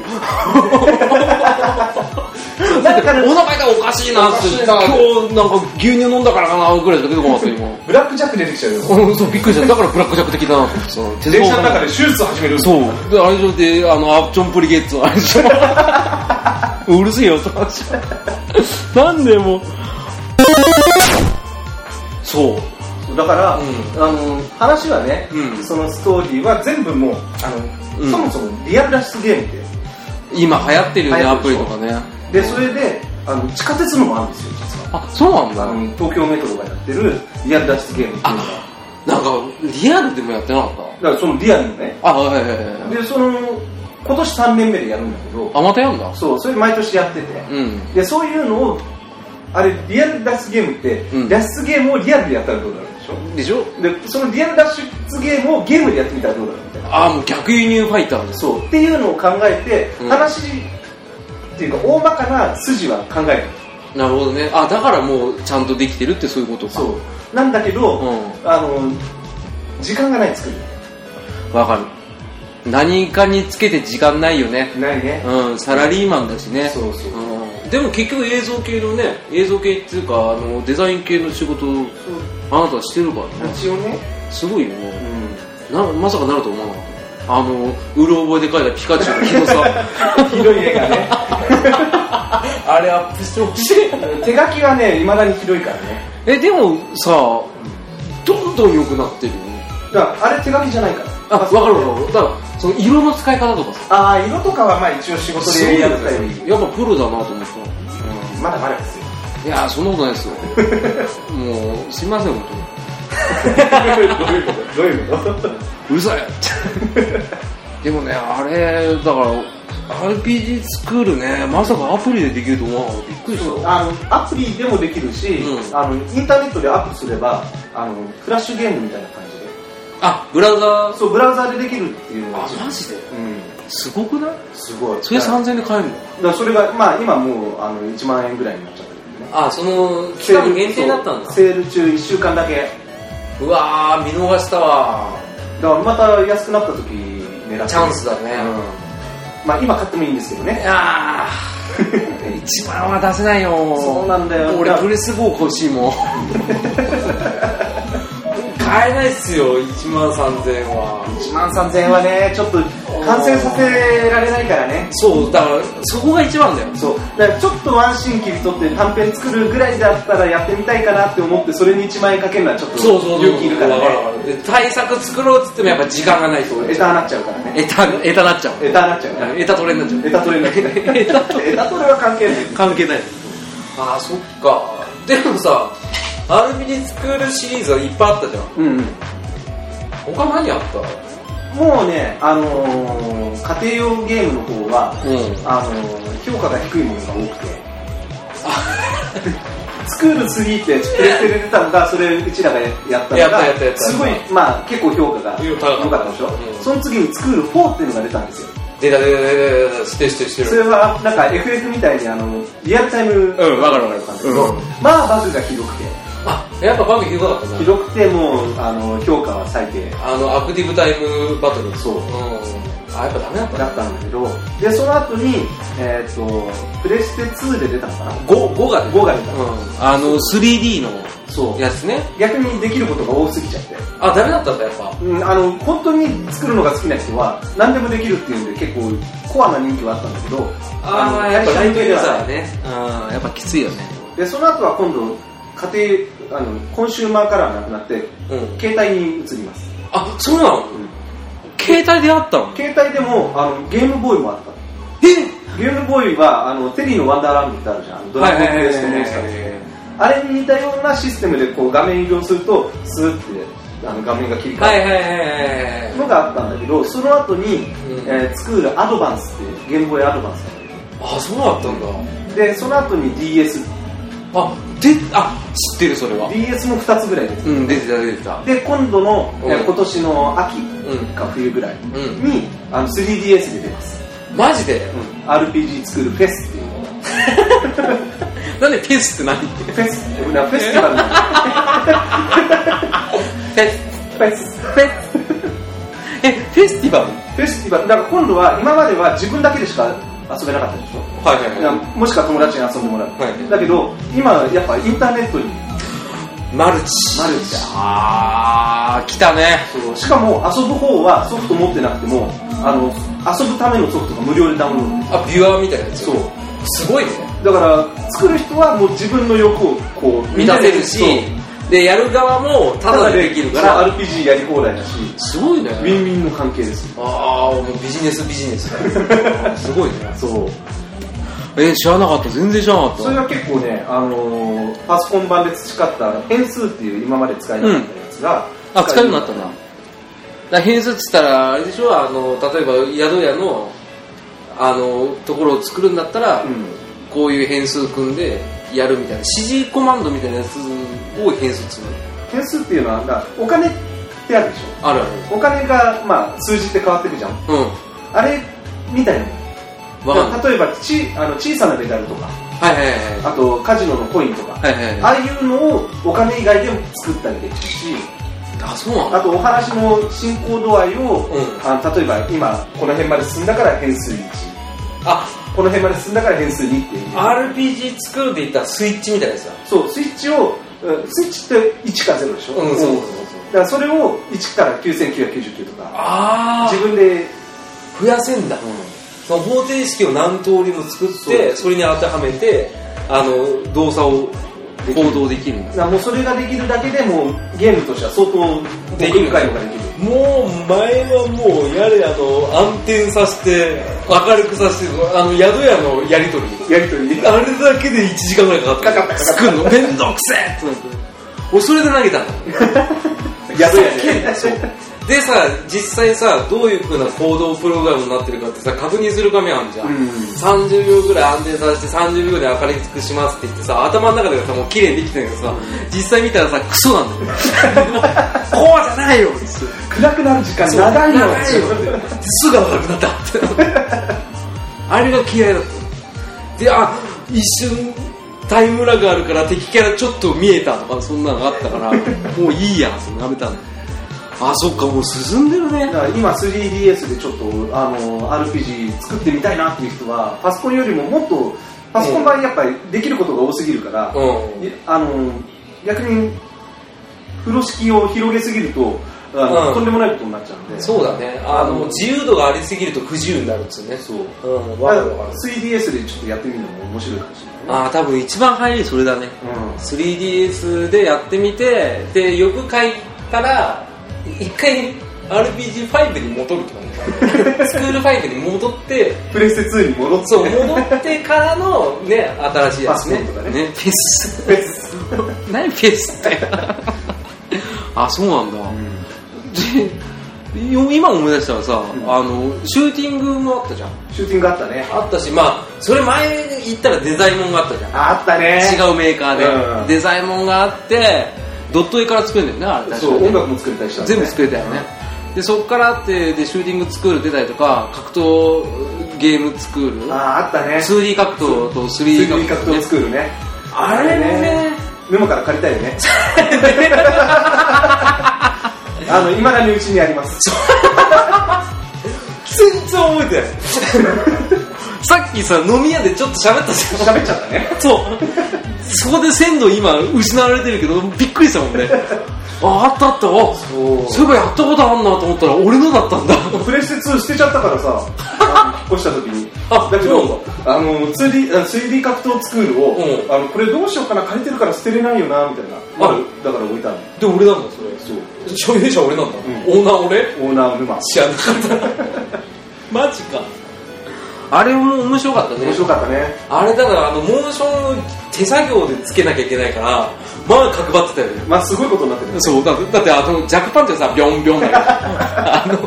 [SPEAKER 3] なんかの
[SPEAKER 1] お腹痛いおかしいなって
[SPEAKER 3] おかしいな
[SPEAKER 1] 今日なんか牛乳飲んだからかなぐらいだけど困って今
[SPEAKER 3] ブラックジャック出てきちゃうよ
[SPEAKER 1] うんそうびっくりしただからブラックジャック的だなと思ってその鉄
[SPEAKER 3] 電
[SPEAKER 1] 棒
[SPEAKER 3] 車の中で手術を始める
[SPEAKER 1] そうであれでしょであのアクションプリゲッツのあれでしょうるせえよその話なんでもうそう
[SPEAKER 3] だから、
[SPEAKER 1] うん
[SPEAKER 3] あの話はね、
[SPEAKER 1] うん
[SPEAKER 3] そのストーリーは全部もうあの、
[SPEAKER 1] うん
[SPEAKER 3] そもそもリアル脱出ゲームで
[SPEAKER 1] 今流行ってるよね
[SPEAKER 3] 流行
[SPEAKER 1] ア
[SPEAKER 3] って
[SPEAKER 1] プ
[SPEAKER 3] る
[SPEAKER 1] リ
[SPEAKER 3] でし
[SPEAKER 1] と
[SPEAKER 3] ょ
[SPEAKER 1] かね
[SPEAKER 3] でそれであの地下鉄のもあるんですよ実は
[SPEAKER 1] あそうなんだ
[SPEAKER 3] あの東京メトロがやってるリアル脱出ゲームっていうのが
[SPEAKER 1] なんかリアルでもやってなかっ
[SPEAKER 3] だからそのリアルのね
[SPEAKER 1] たあはいはいはいはい
[SPEAKER 3] でその今年3年目でやるんだけど
[SPEAKER 1] あまたやんだ
[SPEAKER 3] そうそれ毎年やってて、
[SPEAKER 1] うん
[SPEAKER 3] でそういうのをあれリアル脱出ゲームって、
[SPEAKER 1] うん
[SPEAKER 3] 脱出ゲームをリアルでやったらどうだろうでしょ
[SPEAKER 1] でしょ
[SPEAKER 3] でそのリアル脱出ゲームをゲームでやってみたらどうだろうみたいな
[SPEAKER 1] あもう逆輸入ファイターです
[SPEAKER 3] そうっていうのを考えて、
[SPEAKER 1] うん
[SPEAKER 3] 話っていうか大まかな筋は考える
[SPEAKER 1] なるほどねあだからもうちゃんとできてるってそういうことか
[SPEAKER 3] そうなんだけど、
[SPEAKER 1] う
[SPEAKER 3] あの時間がない作
[SPEAKER 1] わかる何かにつけて時間ないよね
[SPEAKER 3] るないね、
[SPEAKER 1] うんサラリーマンだしね
[SPEAKER 3] そうそう
[SPEAKER 1] うんでも結局映像系のね映像系っていうかあのデザイン系の仕事をあなたはしてるからね
[SPEAKER 3] 一応ね、
[SPEAKER 1] すごいよ
[SPEAKER 3] う
[SPEAKER 1] ね
[SPEAKER 3] ん、
[SPEAKER 1] なまさかなると思わなかったあのうる覚えで描いたピカチュウの日のさ
[SPEAKER 3] 黄色い絵がね
[SPEAKER 1] あれアップしてほしい
[SPEAKER 3] 手書きはね未だにひどいからね
[SPEAKER 1] えでもさどんどん良くなってるよね
[SPEAKER 3] だからあれ手書きじゃないから
[SPEAKER 1] あわかるわかるだからその色の使い方とかさ
[SPEAKER 3] ああ色とかはまあ一応仕事
[SPEAKER 1] すご
[SPEAKER 3] で
[SPEAKER 1] い
[SPEAKER 3] や
[SPEAKER 1] よ
[SPEAKER 3] ったより、
[SPEAKER 1] ねやっぱプロだなと思った
[SPEAKER 3] まだまだですよ
[SPEAKER 1] いやーそんなことないです よもうすいません本当に
[SPEAKER 3] どういうことどういうこと
[SPEAKER 1] う るさいでもねあれだから RPG スクールねまさかアプリでできると思わなかったびっくりした
[SPEAKER 3] あのアプリでもできるし、
[SPEAKER 1] うん
[SPEAKER 3] あのインターネットでアップすればあのフラッシュゲームみたいな感じで
[SPEAKER 1] あブラウザー
[SPEAKER 3] そうブラウザーでできるっていうのが
[SPEAKER 1] あマジで
[SPEAKER 3] うん
[SPEAKER 1] すごくない
[SPEAKER 3] すごい
[SPEAKER 1] それ3000円で買えるの
[SPEAKER 3] だからそれがまあ今もうあの1万円ぐらいになっちゃってるんでね
[SPEAKER 1] あその
[SPEAKER 3] そうセール中1週間だけ
[SPEAKER 1] うわー見逃したわ
[SPEAKER 3] だからまた安くなった時狙って
[SPEAKER 1] チャンスだね
[SPEAKER 3] うんまあ今買ってもいいんですけどね
[SPEAKER 1] あー一番は出せないよ
[SPEAKER 3] そうなんだよ
[SPEAKER 1] 俺プレス5欲しいもん買えないっすよ1万3000円は
[SPEAKER 3] 1万3000円はねちょっと完成させられないからね
[SPEAKER 1] そうだからそこが一番だよ
[SPEAKER 3] そうだからちょっとワンシーン切り取って短編作るぐらいだったらやってみたいかなって思ってそれに1万円かけるのはちょっと勇気いるからね
[SPEAKER 1] で対策作ろうっつってもやっぱ時間がないと
[SPEAKER 3] エターなっちゃうからね
[SPEAKER 1] エタエタなっちゃう
[SPEAKER 3] エターなっちゃうから
[SPEAKER 1] エタトレになっちゃう
[SPEAKER 3] エタ取れなきゃエ
[SPEAKER 1] エタ取
[SPEAKER 3] タ取れは関係ない
[SPEAKER 1] 関係ないああそっかでもさ RPG スクールシリーズはいっぱいあったじゃん
[SPEAKER 3] うんうん
[SPEAKER 1] 他何あった
[SPEAKER 3] もうね、あのー家庭用ゲームの方は、
[SPEAKER 1] うん
[SPEAKER 3] あのー評価が低いものが多くて。 スクール3ってプレステで出たのが、それうちらがやったのが、
[SPEAKER 1] やったやったやった
[SPEAKER 3] すごい、まあ結構評価が良
[SPEAKER 1] 評価が
[SPEAKER 3] かったでしょ、
[SPEAKER 1] うん
[SPEAKER 3] その次にスクール4っていうのが出たんですよ。
[SPEAKER 1] 出た出た出た出たしてしてして
[SPEAKER 3] それはなんか FF みたいにあの、リアルタイム、
[SPEAKER 1] んわかるわかる
[SPEAKER 3] だったんだけど、まあバグがひどくて、
[SPEAKER 1] あやっぱバグひどかったな
[SPEAKER 3] ひどくてもう、あの、評価は最低。
[SPEAKER 1] あのアクティブタイムバトル、
[SPEAKER 3] そうん
[SPEAKER 1] あやっぱダメだったな
[SPEAKER 3] だったんだけど、で、その後に、えっ、と、プレステ2で出たのかな
[SPEAKER 1] 5, 5が
[SPEAKER 3] 5が出た
[SPEAKER 1] うん、あの 3D の
[SPEAKER 3] そう。
[SPEAKER 1] やつね
[SPEAKER 3] 逆にできることが多すぎちゃって。
[SPEAKER 1] あダメだったんだやっぱ
[SPEAKER 3] うん、あの、本当に作るのが好きな人は、何でもできるっていうんで、結構、コアな人気はあったんだけど、
[SPEAKER 1] あ
[SPEAKER 3] の
[SPEAKER 1] あやっぱライト
[SPEAKER 3] 会社向け
[SPEAKER 1] ユ
[SPEAKER 3] で
[SPEAKER 1] ー
[SPEAKER 3] は
[SPEAKER 1] ザ
[SPEAKER 3] ない
[SPEAKER 1] ーねうんやっぱきついよね
[SPEAKER 3] で、その後は今度、家庭、あの、コンシューマーからはなくなって、
[SPEAKER 1] うん
[SPEAKER 3] 携帯に移ります。
[SPEAKER 1] あそうなの
[SPEAKER 3] うん
[SPEAKER 1] 携帯であったの
[SPEAKER 3] 携帯でも、あの、ゲームボーイもあった。
[SPEAKER 1] え
[SPEAKER 3] ゲームボーイは、あの、テリーのワンダーランドってあるじゃん。あのドラゴンクエストモンスターズあれに似たようなシステムでこう画面移動すると、スーってあの画面が切り替
[SPEAKER 1] は
[SPEAKER 3] わ
[SPEAKER 1] い
[SPEAKER 3] る
[SPEAKER 1] はいはいはい
[SPEAKER 3] のがあったんだけど、その後に、
[SPEAKER 1] うん
[SPEAKER 3] えースクールアドバンスっていう、ゲームボーイアドバンスなんだけど
[SPEAKER 1] あそうだったんだ
[SPEAKER 3] でその後に DS
[SPEAKER 1] あであ知ってるそれは
[SPEAKER 3] DS も2つぐらい出て
[SPEAKER 1] うん出てた出てた
[SPEAKER 3] で今度の、え
[SPEAKER 1] うん
[SPEAKER 3] 今年の秋
[SPEAKER 1] うん
[SPEAKER 3] か冬ぐらいに、
[SPEAKER 1] う
[SPEAKER 3] あの 3DS で出ます、
[SPEAKER 1] マジで
[SPEAKER 3] うん、RPG 作るフェスっていうのが
[SPEAKER 1] なんでペスって何
[SPEAKER 3] フェスってなフェスティバルなんだ
[SPEAKER 1] ペス
[SPEAKER 3] フェス
[SPEAKER 1] ペスえフェスティバル
[SPEAKER 3] フェスティバルだから今度は今までは自分だけでしか遊べなかったでしょ
[SPEAKER 1] はいはい
[SPEAKER 3] いやもしくは友達に遊んでもらう、
[SPEAKER 1] はい
[SPEAKER 3] だけど今はやっぱインターネットに
[SPEAKER 1] マルチ
[SPEAKER 3] マルチ
[SPEAKER 1] あー来たね
[SPEAKER 3] そうしかも遊ぶ方はソフト持ってなくてもあの遊ぶためのソフトが無料でダウンロード
[SPEAKER 1] あビュアーみたいなやつ
[SPEAKER 3] そう
[SPEAKER 1] すごいね
[SPEAKER 3] だから作る人はもう自分の欲をこう
[SPEAKER 1] 満たせるし
[SPEAKER 3] そう
[SPEAKER 1] でやる側もた
[SPEAKER 3] た
[SPEAKER 1] だ
[SPEAKER 3] だ
[SPEAKER 1] で
[SPEAKER 3] で
[SPEAKER 1] できるから
[SPEAKER 3] そう RPG やり放題だし
[SPEAKER 1] すごいね
[SPEAKER 3] ウィンウィンの関係ですよ
[SPEAKER 1] ああもうビジネスビジ ネスだすごいね
[SPEAKER 3] そう
[SPEAKER 1] えー、知らなかった全然知らなかった
[SPEAKER 3] それは結構ね、あのーパソコン版で培った変数っていう今まで使えなかったやつが、
[SPEAKER 1] あ使えるようになったなだから変数っつったらあれでしょあの例えば宿屋のあのところを作るんだったら、
[SPEAKER 3] うん
[SPEAKER 1] こういう変数組んでやるみたいな指示コマンドみたいなやつを変数積む
[SPEAKER 3] 変数っていうのはだからお金ってあるでし
[SPEAKER 1] あるある
[SPEAKER 3] ょお金が、まあ、数字って変わってるじゃん
[SPEAKER 1] うん
[SPEAKER 3] あれみたいな
[SPEAKER 1] わかんない
[SPEAKER 3] 例えばちあの小さなメダルとか
[SPEAKER 1] はいはいはい
[SPEAKER 3] あとカジノのコインとか、
[SPEAKER 1] はいはいはい
[SPEAKER 3] ああいうのをお金以外でも作ったりできるし
[SPEAKER 1] あそうなの
[SPEAKER 3] あとお話の進行度合いを、
[SPEAKER 1] うん
[SPEAKER 3] あの例えば今この辺まで進んだから変数1
[SPEAKER 1] あ
[SPEAKER 3] この辺まで進んだから変数2っていう
[SPEAKER 1] RPG 作るって言ったらスイッチみたいなやつだ
[SPEAKER 3] そうスイッチをうんスイッチって1から0でしょ、
[SPEAKER 1] うんそうそうそう
[SPEAKER 3] だからそれを1から9999とか
[SPEAKER 1] あ
[SPEAKER 3] 自分で
[SPEAKER 1] 増やせんだ、その方程式を何通りも作ってそれに当てはめてあの動作を行動できるんだ
[SPEAKER 3] なもうそれができるだけでもうゲームとしては相当
[SPEAKER 1] できる
[SPEAKER 3] 奥深いのができる
[SPEAKER 1] もう前はもうやれあの暗転させて明るくさせてあの宿屋のやり取り
[SPEAKER 3] やりとり
[SPEAKER 1] あれだけで1時間ぐらいかかった
[SPEAKER 3] かかったか
[SPEAKER 1] 作るのめんどくせえってなって俺それで投げたの
[SPEAKER 3] やるや
[SPEAKER 1] そうでさ実際さどういうふうな行動プログラムになってるかってさ確認する画面あるじゃん、
[SPEAKER 3] ん
[SPEAKER 1] 30秒ぐらい安定させて30秒で明るくしますって言ってさ頭の中ではさもう綺麗にできてるけどさ実際見たらさクソなんだよこうじゃないよって
[SPEAKER 3] 暗くなる時間長いの
[SPEAKER 1] 長いよってすぐ明るくなったってあれが嫌いだったであ一瞬タイムラグあるから敵キャラちょっと見えたとかそんなのがあったからもういいやんそれやめたのあそっかもう進んでる
[SPEAKER 3] だ
[SPEAKER 1] ね
[SPEAKER 3] から今 3DS でちょっとあの RPG 作ってみたいなっていう人はパソコンよりももっとパソコン版やっぱりできることが多すぎるから、
[SPEAKER 1] うん
[SPEAKER 3] いあの逆に風呂敷を広げすぎるとあの、
[SPEAKER 1] うん
[SPEAKER 3] とんでもないことになっちゃうんで
[SPEAKER 1] そうだねあの自由度がありすぎると不自由になるっつうね
[SPEAKER 3] そう
[SPEAKER 1] うん
[SPEAKER 3] だか
[SPEAKER 1] わ
[SPEAKER 3] ら
[SPEAKER 1] かるわかる
[SPEAKER 3] 3DS でちょっとやってみるのも面白いかもしれないね
[SPEAKER 1] ああ多分一番早いそれだね
[SPEAKER 3] うん
[SPEAKER 1] 3DS でやってみてでよく書いたら一回 RPG5 に戻るとか ねスクール5に戻って
[SPEAKER 3] プレステ2に戻って
[SPEAKER 1] そう戻ってからのね新しいやつね
[SPEAKER 3] パスポートがね
[SPEAKER 1] ねペス何ペス ってあそうなんだ、で よ今思い出したらさ、あのシューティングもあったじゃん
[SPEAKER 3] シューティングあったね
[SPEAKER 1] あったしまあそれ前行ったらデザインもんがあったじゃん
[SPEAKER 3] あったね
[SPEAKER 1] 違うメーカーで、
[SPEAKER 3] うん
[SPEAKER 1] デザインもんがあってドット絵から作るんだよねあれ確
[SPEAKER 3] そ
[SPEAKER 1] か
[SPEAKER 3] う
[SPEAKER 1] ね
[SPEAKER 3] 音楽も作れたりしたんで
[SPEAKER 1] 全
[SPEAKER 3] ね
[SPEAKER 1] 部作れたよねでそっからあってでシューティングスクール出たりとか格闘ゲームスクール
[SPEAKER 3] ああったね
[SPEAKER 1] 2D 格闘と 3D 格
[SPEAKER 3] 3D 格
[SPEAKER 1] 闘,、
[SPEAKER 3] 闘スクールね
[SPEAKER 1] あれね
[SPEAKER 3] メモから借りたいよ ねあの今だにうちにあります
[SPEAKER 1] 全然覚えてないさっきさ飲み屋でちょっと喋ったじ
[SPEAKER 3] 喋っちゃったね
[SPEAKER 1] ゃんそうそこで鮮度今失われてるけどびっくりしたもんね ああったあったあ
[SPEAKER 3] そう
[SPEAKER 1] そういえばやったことあんなと思ったら俺のだったんだ
[SPEAKER 3] プレステ2捨てちゃったからさあの引っ越した時に
[SPEAKER 1] あ
[SPEAKER 3] だけ
[SPEAKER 1] そ
[SPEAKER 3] どあの 2D, あ 3D 格闘スクールを、
[SPEAKER 1] うん
[SPEAKER 3] あのこれどうしようかな借りてるから捨てれないよなみたいな
[SPEAKER 1] あ
[SPEAKER 3] だから置いたの
[SPEAKER 1] で俺なんだそれ
[SPEAKER 3] そう
[SPEAKER 1] 所有者俺なんだ、
[SPEAKER 3] ん
[SPEAKER 1] オーナー俺
[SPEAKER 3] オーナー沼
[SPEAKER 1] 知らなかったマジかあれも面白かった
[SPEAKER 3] 面
[SPEAKER 1] ね
[SPEAKER 3] 白かったね
[SPEAKER 1] あれだからあのモーションを手作業でつけなきゃいけないからまあ角張ってたよね
[SPEAKER 3] まあすごいことになってる
[SPEAKER 1] そうだだってあのジャックパンチはさビョンビョンだよあの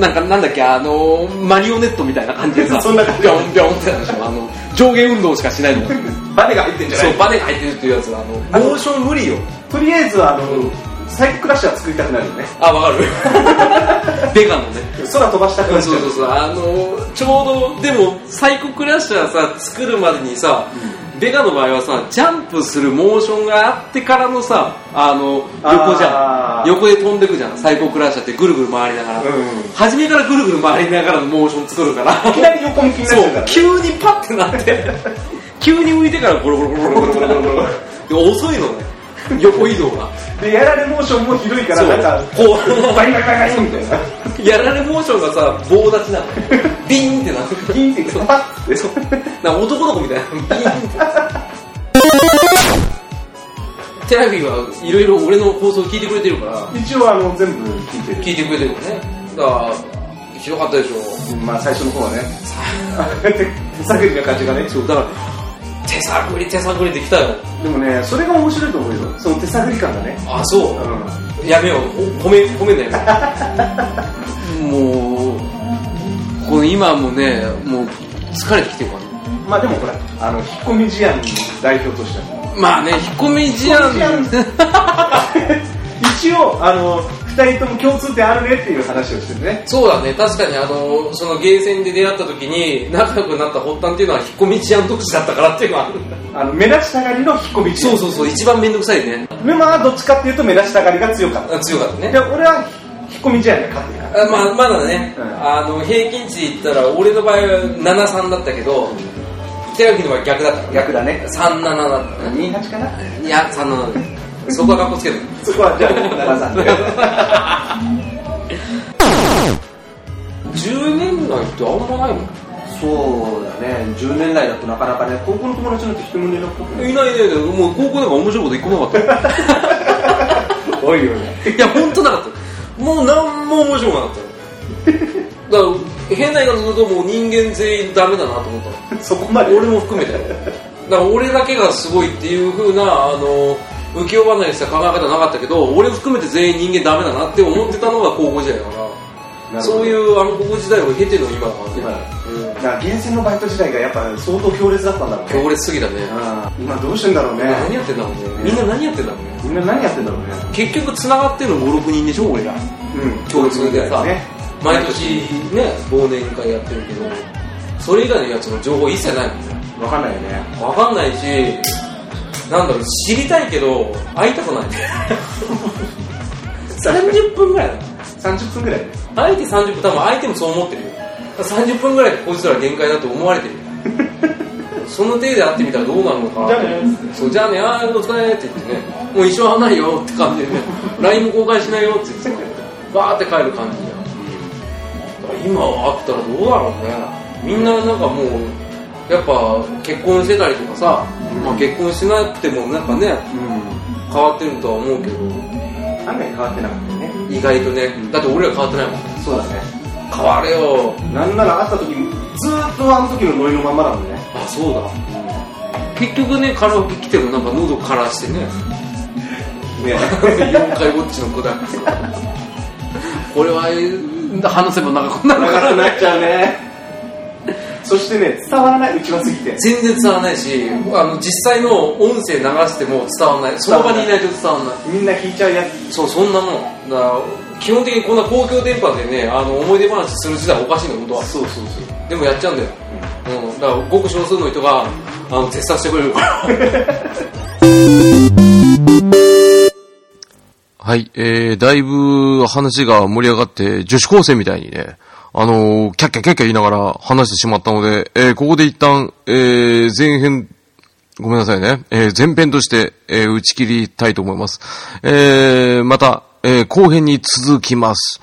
[SPEAKER 1] なんか、なんだっけ、あのー、マリオネットみたいな感じで さ、
[SPEAKER 3] そんな感じ
[SPEAKER 1] ビョンビョンってなるでしょ、あの、上下運動しかしないの。
[SPEAKER 3] バネが入ってんじゃな
[SPEAKER 1] そ、
[SPEAKER 3] いう
[SPEAKER 1] バネが入ってるっていうやつが、あの、
[SPEAKER 3] あの
[SPEAKER 1] モーション無理よ。
[SPEAKER 3] とりあえずはあのサイコクラッシャー作りたくなるよね
[SPEAKER 1] あ、わか る。デカのね。
[SPEAKER 3] 空飛ばしたく
[SPEAKER 1] そ
[SPEAKER 3] な
[SPEAKER 1] う
[SPEAKER 3] っちゃ
[SPEAKER 1] そううそう、あのー、ちょうど、でも、サイコクラッシャーさ、作るまでにさ、デカの場合はさ、ジャンプするモーションがあってからのさ、あの、横じゃ
[SPEAKER 3] あ
[SPEAKER 1] ん。
[SPEAKER 3] ー
[SPEAKER 1] 横で飛んでくじゃん、サイコクラッシャーってぐるぐる回りながら。
[SPEAKER 3] うん
[SPEAKER 1] 初めからぐるぐる回りながらのモーション作るから。
[SPEAKER 3] いきなり横向きになっち
[SPEAKER 1] そ
[SPEAKER 3] ゃうか
[SPEAKER 1] う
[SPEAKER 3] ら、ね
[SPEAKER 1] 急にパッてなって、急に浮いてからゴロゴロゴロゴロゴロゴロゴロで、遅いのね、横移動が。
[SPEAKER 3] でやられモーションもひどいから
[SPEAKER 1] そう
[SPEAKER 3] なんか
[SPEAKER 1] こ
[SPEAKER 3] バイバイバイバイみたいな
[SPEAKER 1] う、やられモーションがさ、棒立ちなの。ビーンってなって
[SPEAKER 3] ギンってパッて
[SPEAKER 1] そうなんか男の子み たいな。ビーンって。テラフィーはいろいろ俺の放送聞いてくれてるから、
[SPEAKER 3] 一応あの全部聞いてる
[SPEAKER 1] 聞いてくれてるよね。だから、ひどかったでしょ。
[SPEAKER 3] まあ最初の方はね手探りな感じがね
[SPEAKER 1] そう、だから、手探り手探りできたよ。
[SPEAKER 3] でもねそれが面白いと思うよその手探り感がね
[SPEAKER 1] あ、そう。
[SPEAKER 3] う
[SPEAKER 1] やめよう、お褒め、褒めんなよ。 もう、この今もね、もう疲れてきてるからね。
[SPEAKER 3] んまあでもほらあの引っ込み思案の代表としては
[SPEAKER 1] まあね、引っ込み思案。
[SPEAKER 3] 一応あの二人とも共通点あるねっていう話をしてるね
[SPEAKER 1] そうだね、確かにあの、そのゲーセンで出会った時に、仲良くなった発端っていうのは引っ込み思案特殊だったからっていうのはあるんだ。
[SPEAKER 3] あの目立ちたがりの引っ込み思案
[SPEAKER 1] そうそうそう、一番めんどくさいね。
[SPEAKER 3] 沼はどっちかっていうと目立ちたがりが強かった
[SPEAKER 1] 強かった
[SPEAKER 3] で
[SPEAKER 1] ね。
[SPEAKER 3] 俺は引っ込み思案で勝ってるから
[SPEAKER 1] あまあ、まだね、
[SPEAKER 3] うん
[SPEAKER 1] あの、平均値で言ったら、俺の場合は73だったけど、手書きの場合逆だったからね。
[SPEAKER 3] 逆だね
[SPEAKER 1] 37だったね。
[SPEAKER 3] 28かない
[SPEAKER 1] や、その、そこは格好つけてる。
[SPEAKER 3] そこはじゃあ奈
[SPEAKER 1] 10年代ってあんまないもん。
[SPEAKER 3] そうだね10年来だとなかなかね高校の友達なんて一人も連絡取って
[SPEAKER 1] いないいないいない、もう高校なんか面白いこと一個もなかっ
[SPEAKER 3] ないおいよね
[SPEAKER 1] た。いや、本当なかった。もう何も面白くなかった。だから、変な言い方するともう人間全員ダメだなと思ったの。
[SPEAKER 3] そこまで
[SPEAKER 1] 俺も含めて。だから俺だけがすごいっていう風な、あの、浮世離れした考え方なかったけど、俺含めて全員人間ダメだなって思ってたのが高校時代だから、そういうう暗黒時代を経ての今だからね。
[SPEAKER 3] 今だ
[SPEAKER 1] うん
[SPEAKER 3] だから厳選のバイト時代がやっぱ相当強烈だったんだろうね
[SPEAKER 1] 強烈すぎだね。
[SPEAKER 3] うん今どうしてんだろうね
[SPEAKER 1] 何やってんだろうね。みんな何やってんだろうね。
[SPEAKER 3] みんな何やってんだろうね
[SPEAKER 1] 結局繋がってるの5、6人でしょ、俺ら。
[SPEAKER 3] うん
[SPEAKER 1] 共通でさ、
[SPEAKER 3] ね
[SPEAKER 1] 毎年ね、忘年会やってるけど、それ以外のやつの情報一切ないもんね。
[SPEAKER 3] わかんないよね
[SPEAKER 1] わかんないし、なんだろう、知りたいけど、会いた くない。30分ぐらいだよ。
[SPEAKER 3] 30分ぐらい
[SPEAKER 1] 相手30分、多分相手もそう思ってるよ。30分ぐらいでこいつら限界だと思われ てるよ。その手で会ってみたらどうなるのか。
[SPEAKER 3] じゃあね
[SPEAKER 1] そう、じゃあね、あーお疲れって言ってね、もう一生会わないよって感じでね、LINE も交換しないよって言ってさ、バーって帰る感じじゃん。だから今会ったらどうだろうね。みんななんかもう、やっぱ結婚してたりとかさ、まあ結婚しなくてもなんかね、
[SPEAKER 3] うん
[SPEAKER 1] 変わってるとは思うけど、
[SPEAKER 3] 案外変わってなかったよね
[SPEAKER 1] 意外とね、だって俺ら変わってないもん。
[SPEAKER 3] そうだね
[SPEAKER 1] 変われよ。
[SPEAKER 3] なんなら会った時ずーっとあの時のノリのまんまなのね
[SPEAKER 1] あ、そうだ。結局ね、カラオケ来てもなんか喉枯らして ね。
[SPEAKER 3] ね
[SPEAKER 1] 4回ウォッチの子だからさこれは話せば長くなるか
[SPEAKER 3] 長
[SPEAKER 1] ら
[SPEAKER 3] くなっちゃうねそしてね伝わらないうちは過ぎて
[SPEAKER 1] 全然伝わらないしあの実際の音声流しても伝わらないその場にいないと伝わらない
[SPEAKER 3] みんな聞いちゃうやつ
[SPEAKER 1] そうそんなもんだから基本的にこんな公共電波でねあの思い出話する時代おかしいの本当は
[SPEAKER 3] そうそうそう
[SPEAKER 1] でもやっちゃうんだよ、うん、だからごく少数の人があの絶賛してくれるから
[SPEAKER 5] はい、えー、だいぶ話が盛り上がって、女子高生みたいにね、あのー、キャッキャキャッキャ言いながら話してしまったので、えー、ここで一旦、えー、前編、ごめんなさいね、えー、前編として、えー、打ち切りたいと思います。えー、また、えー、後編に続きます。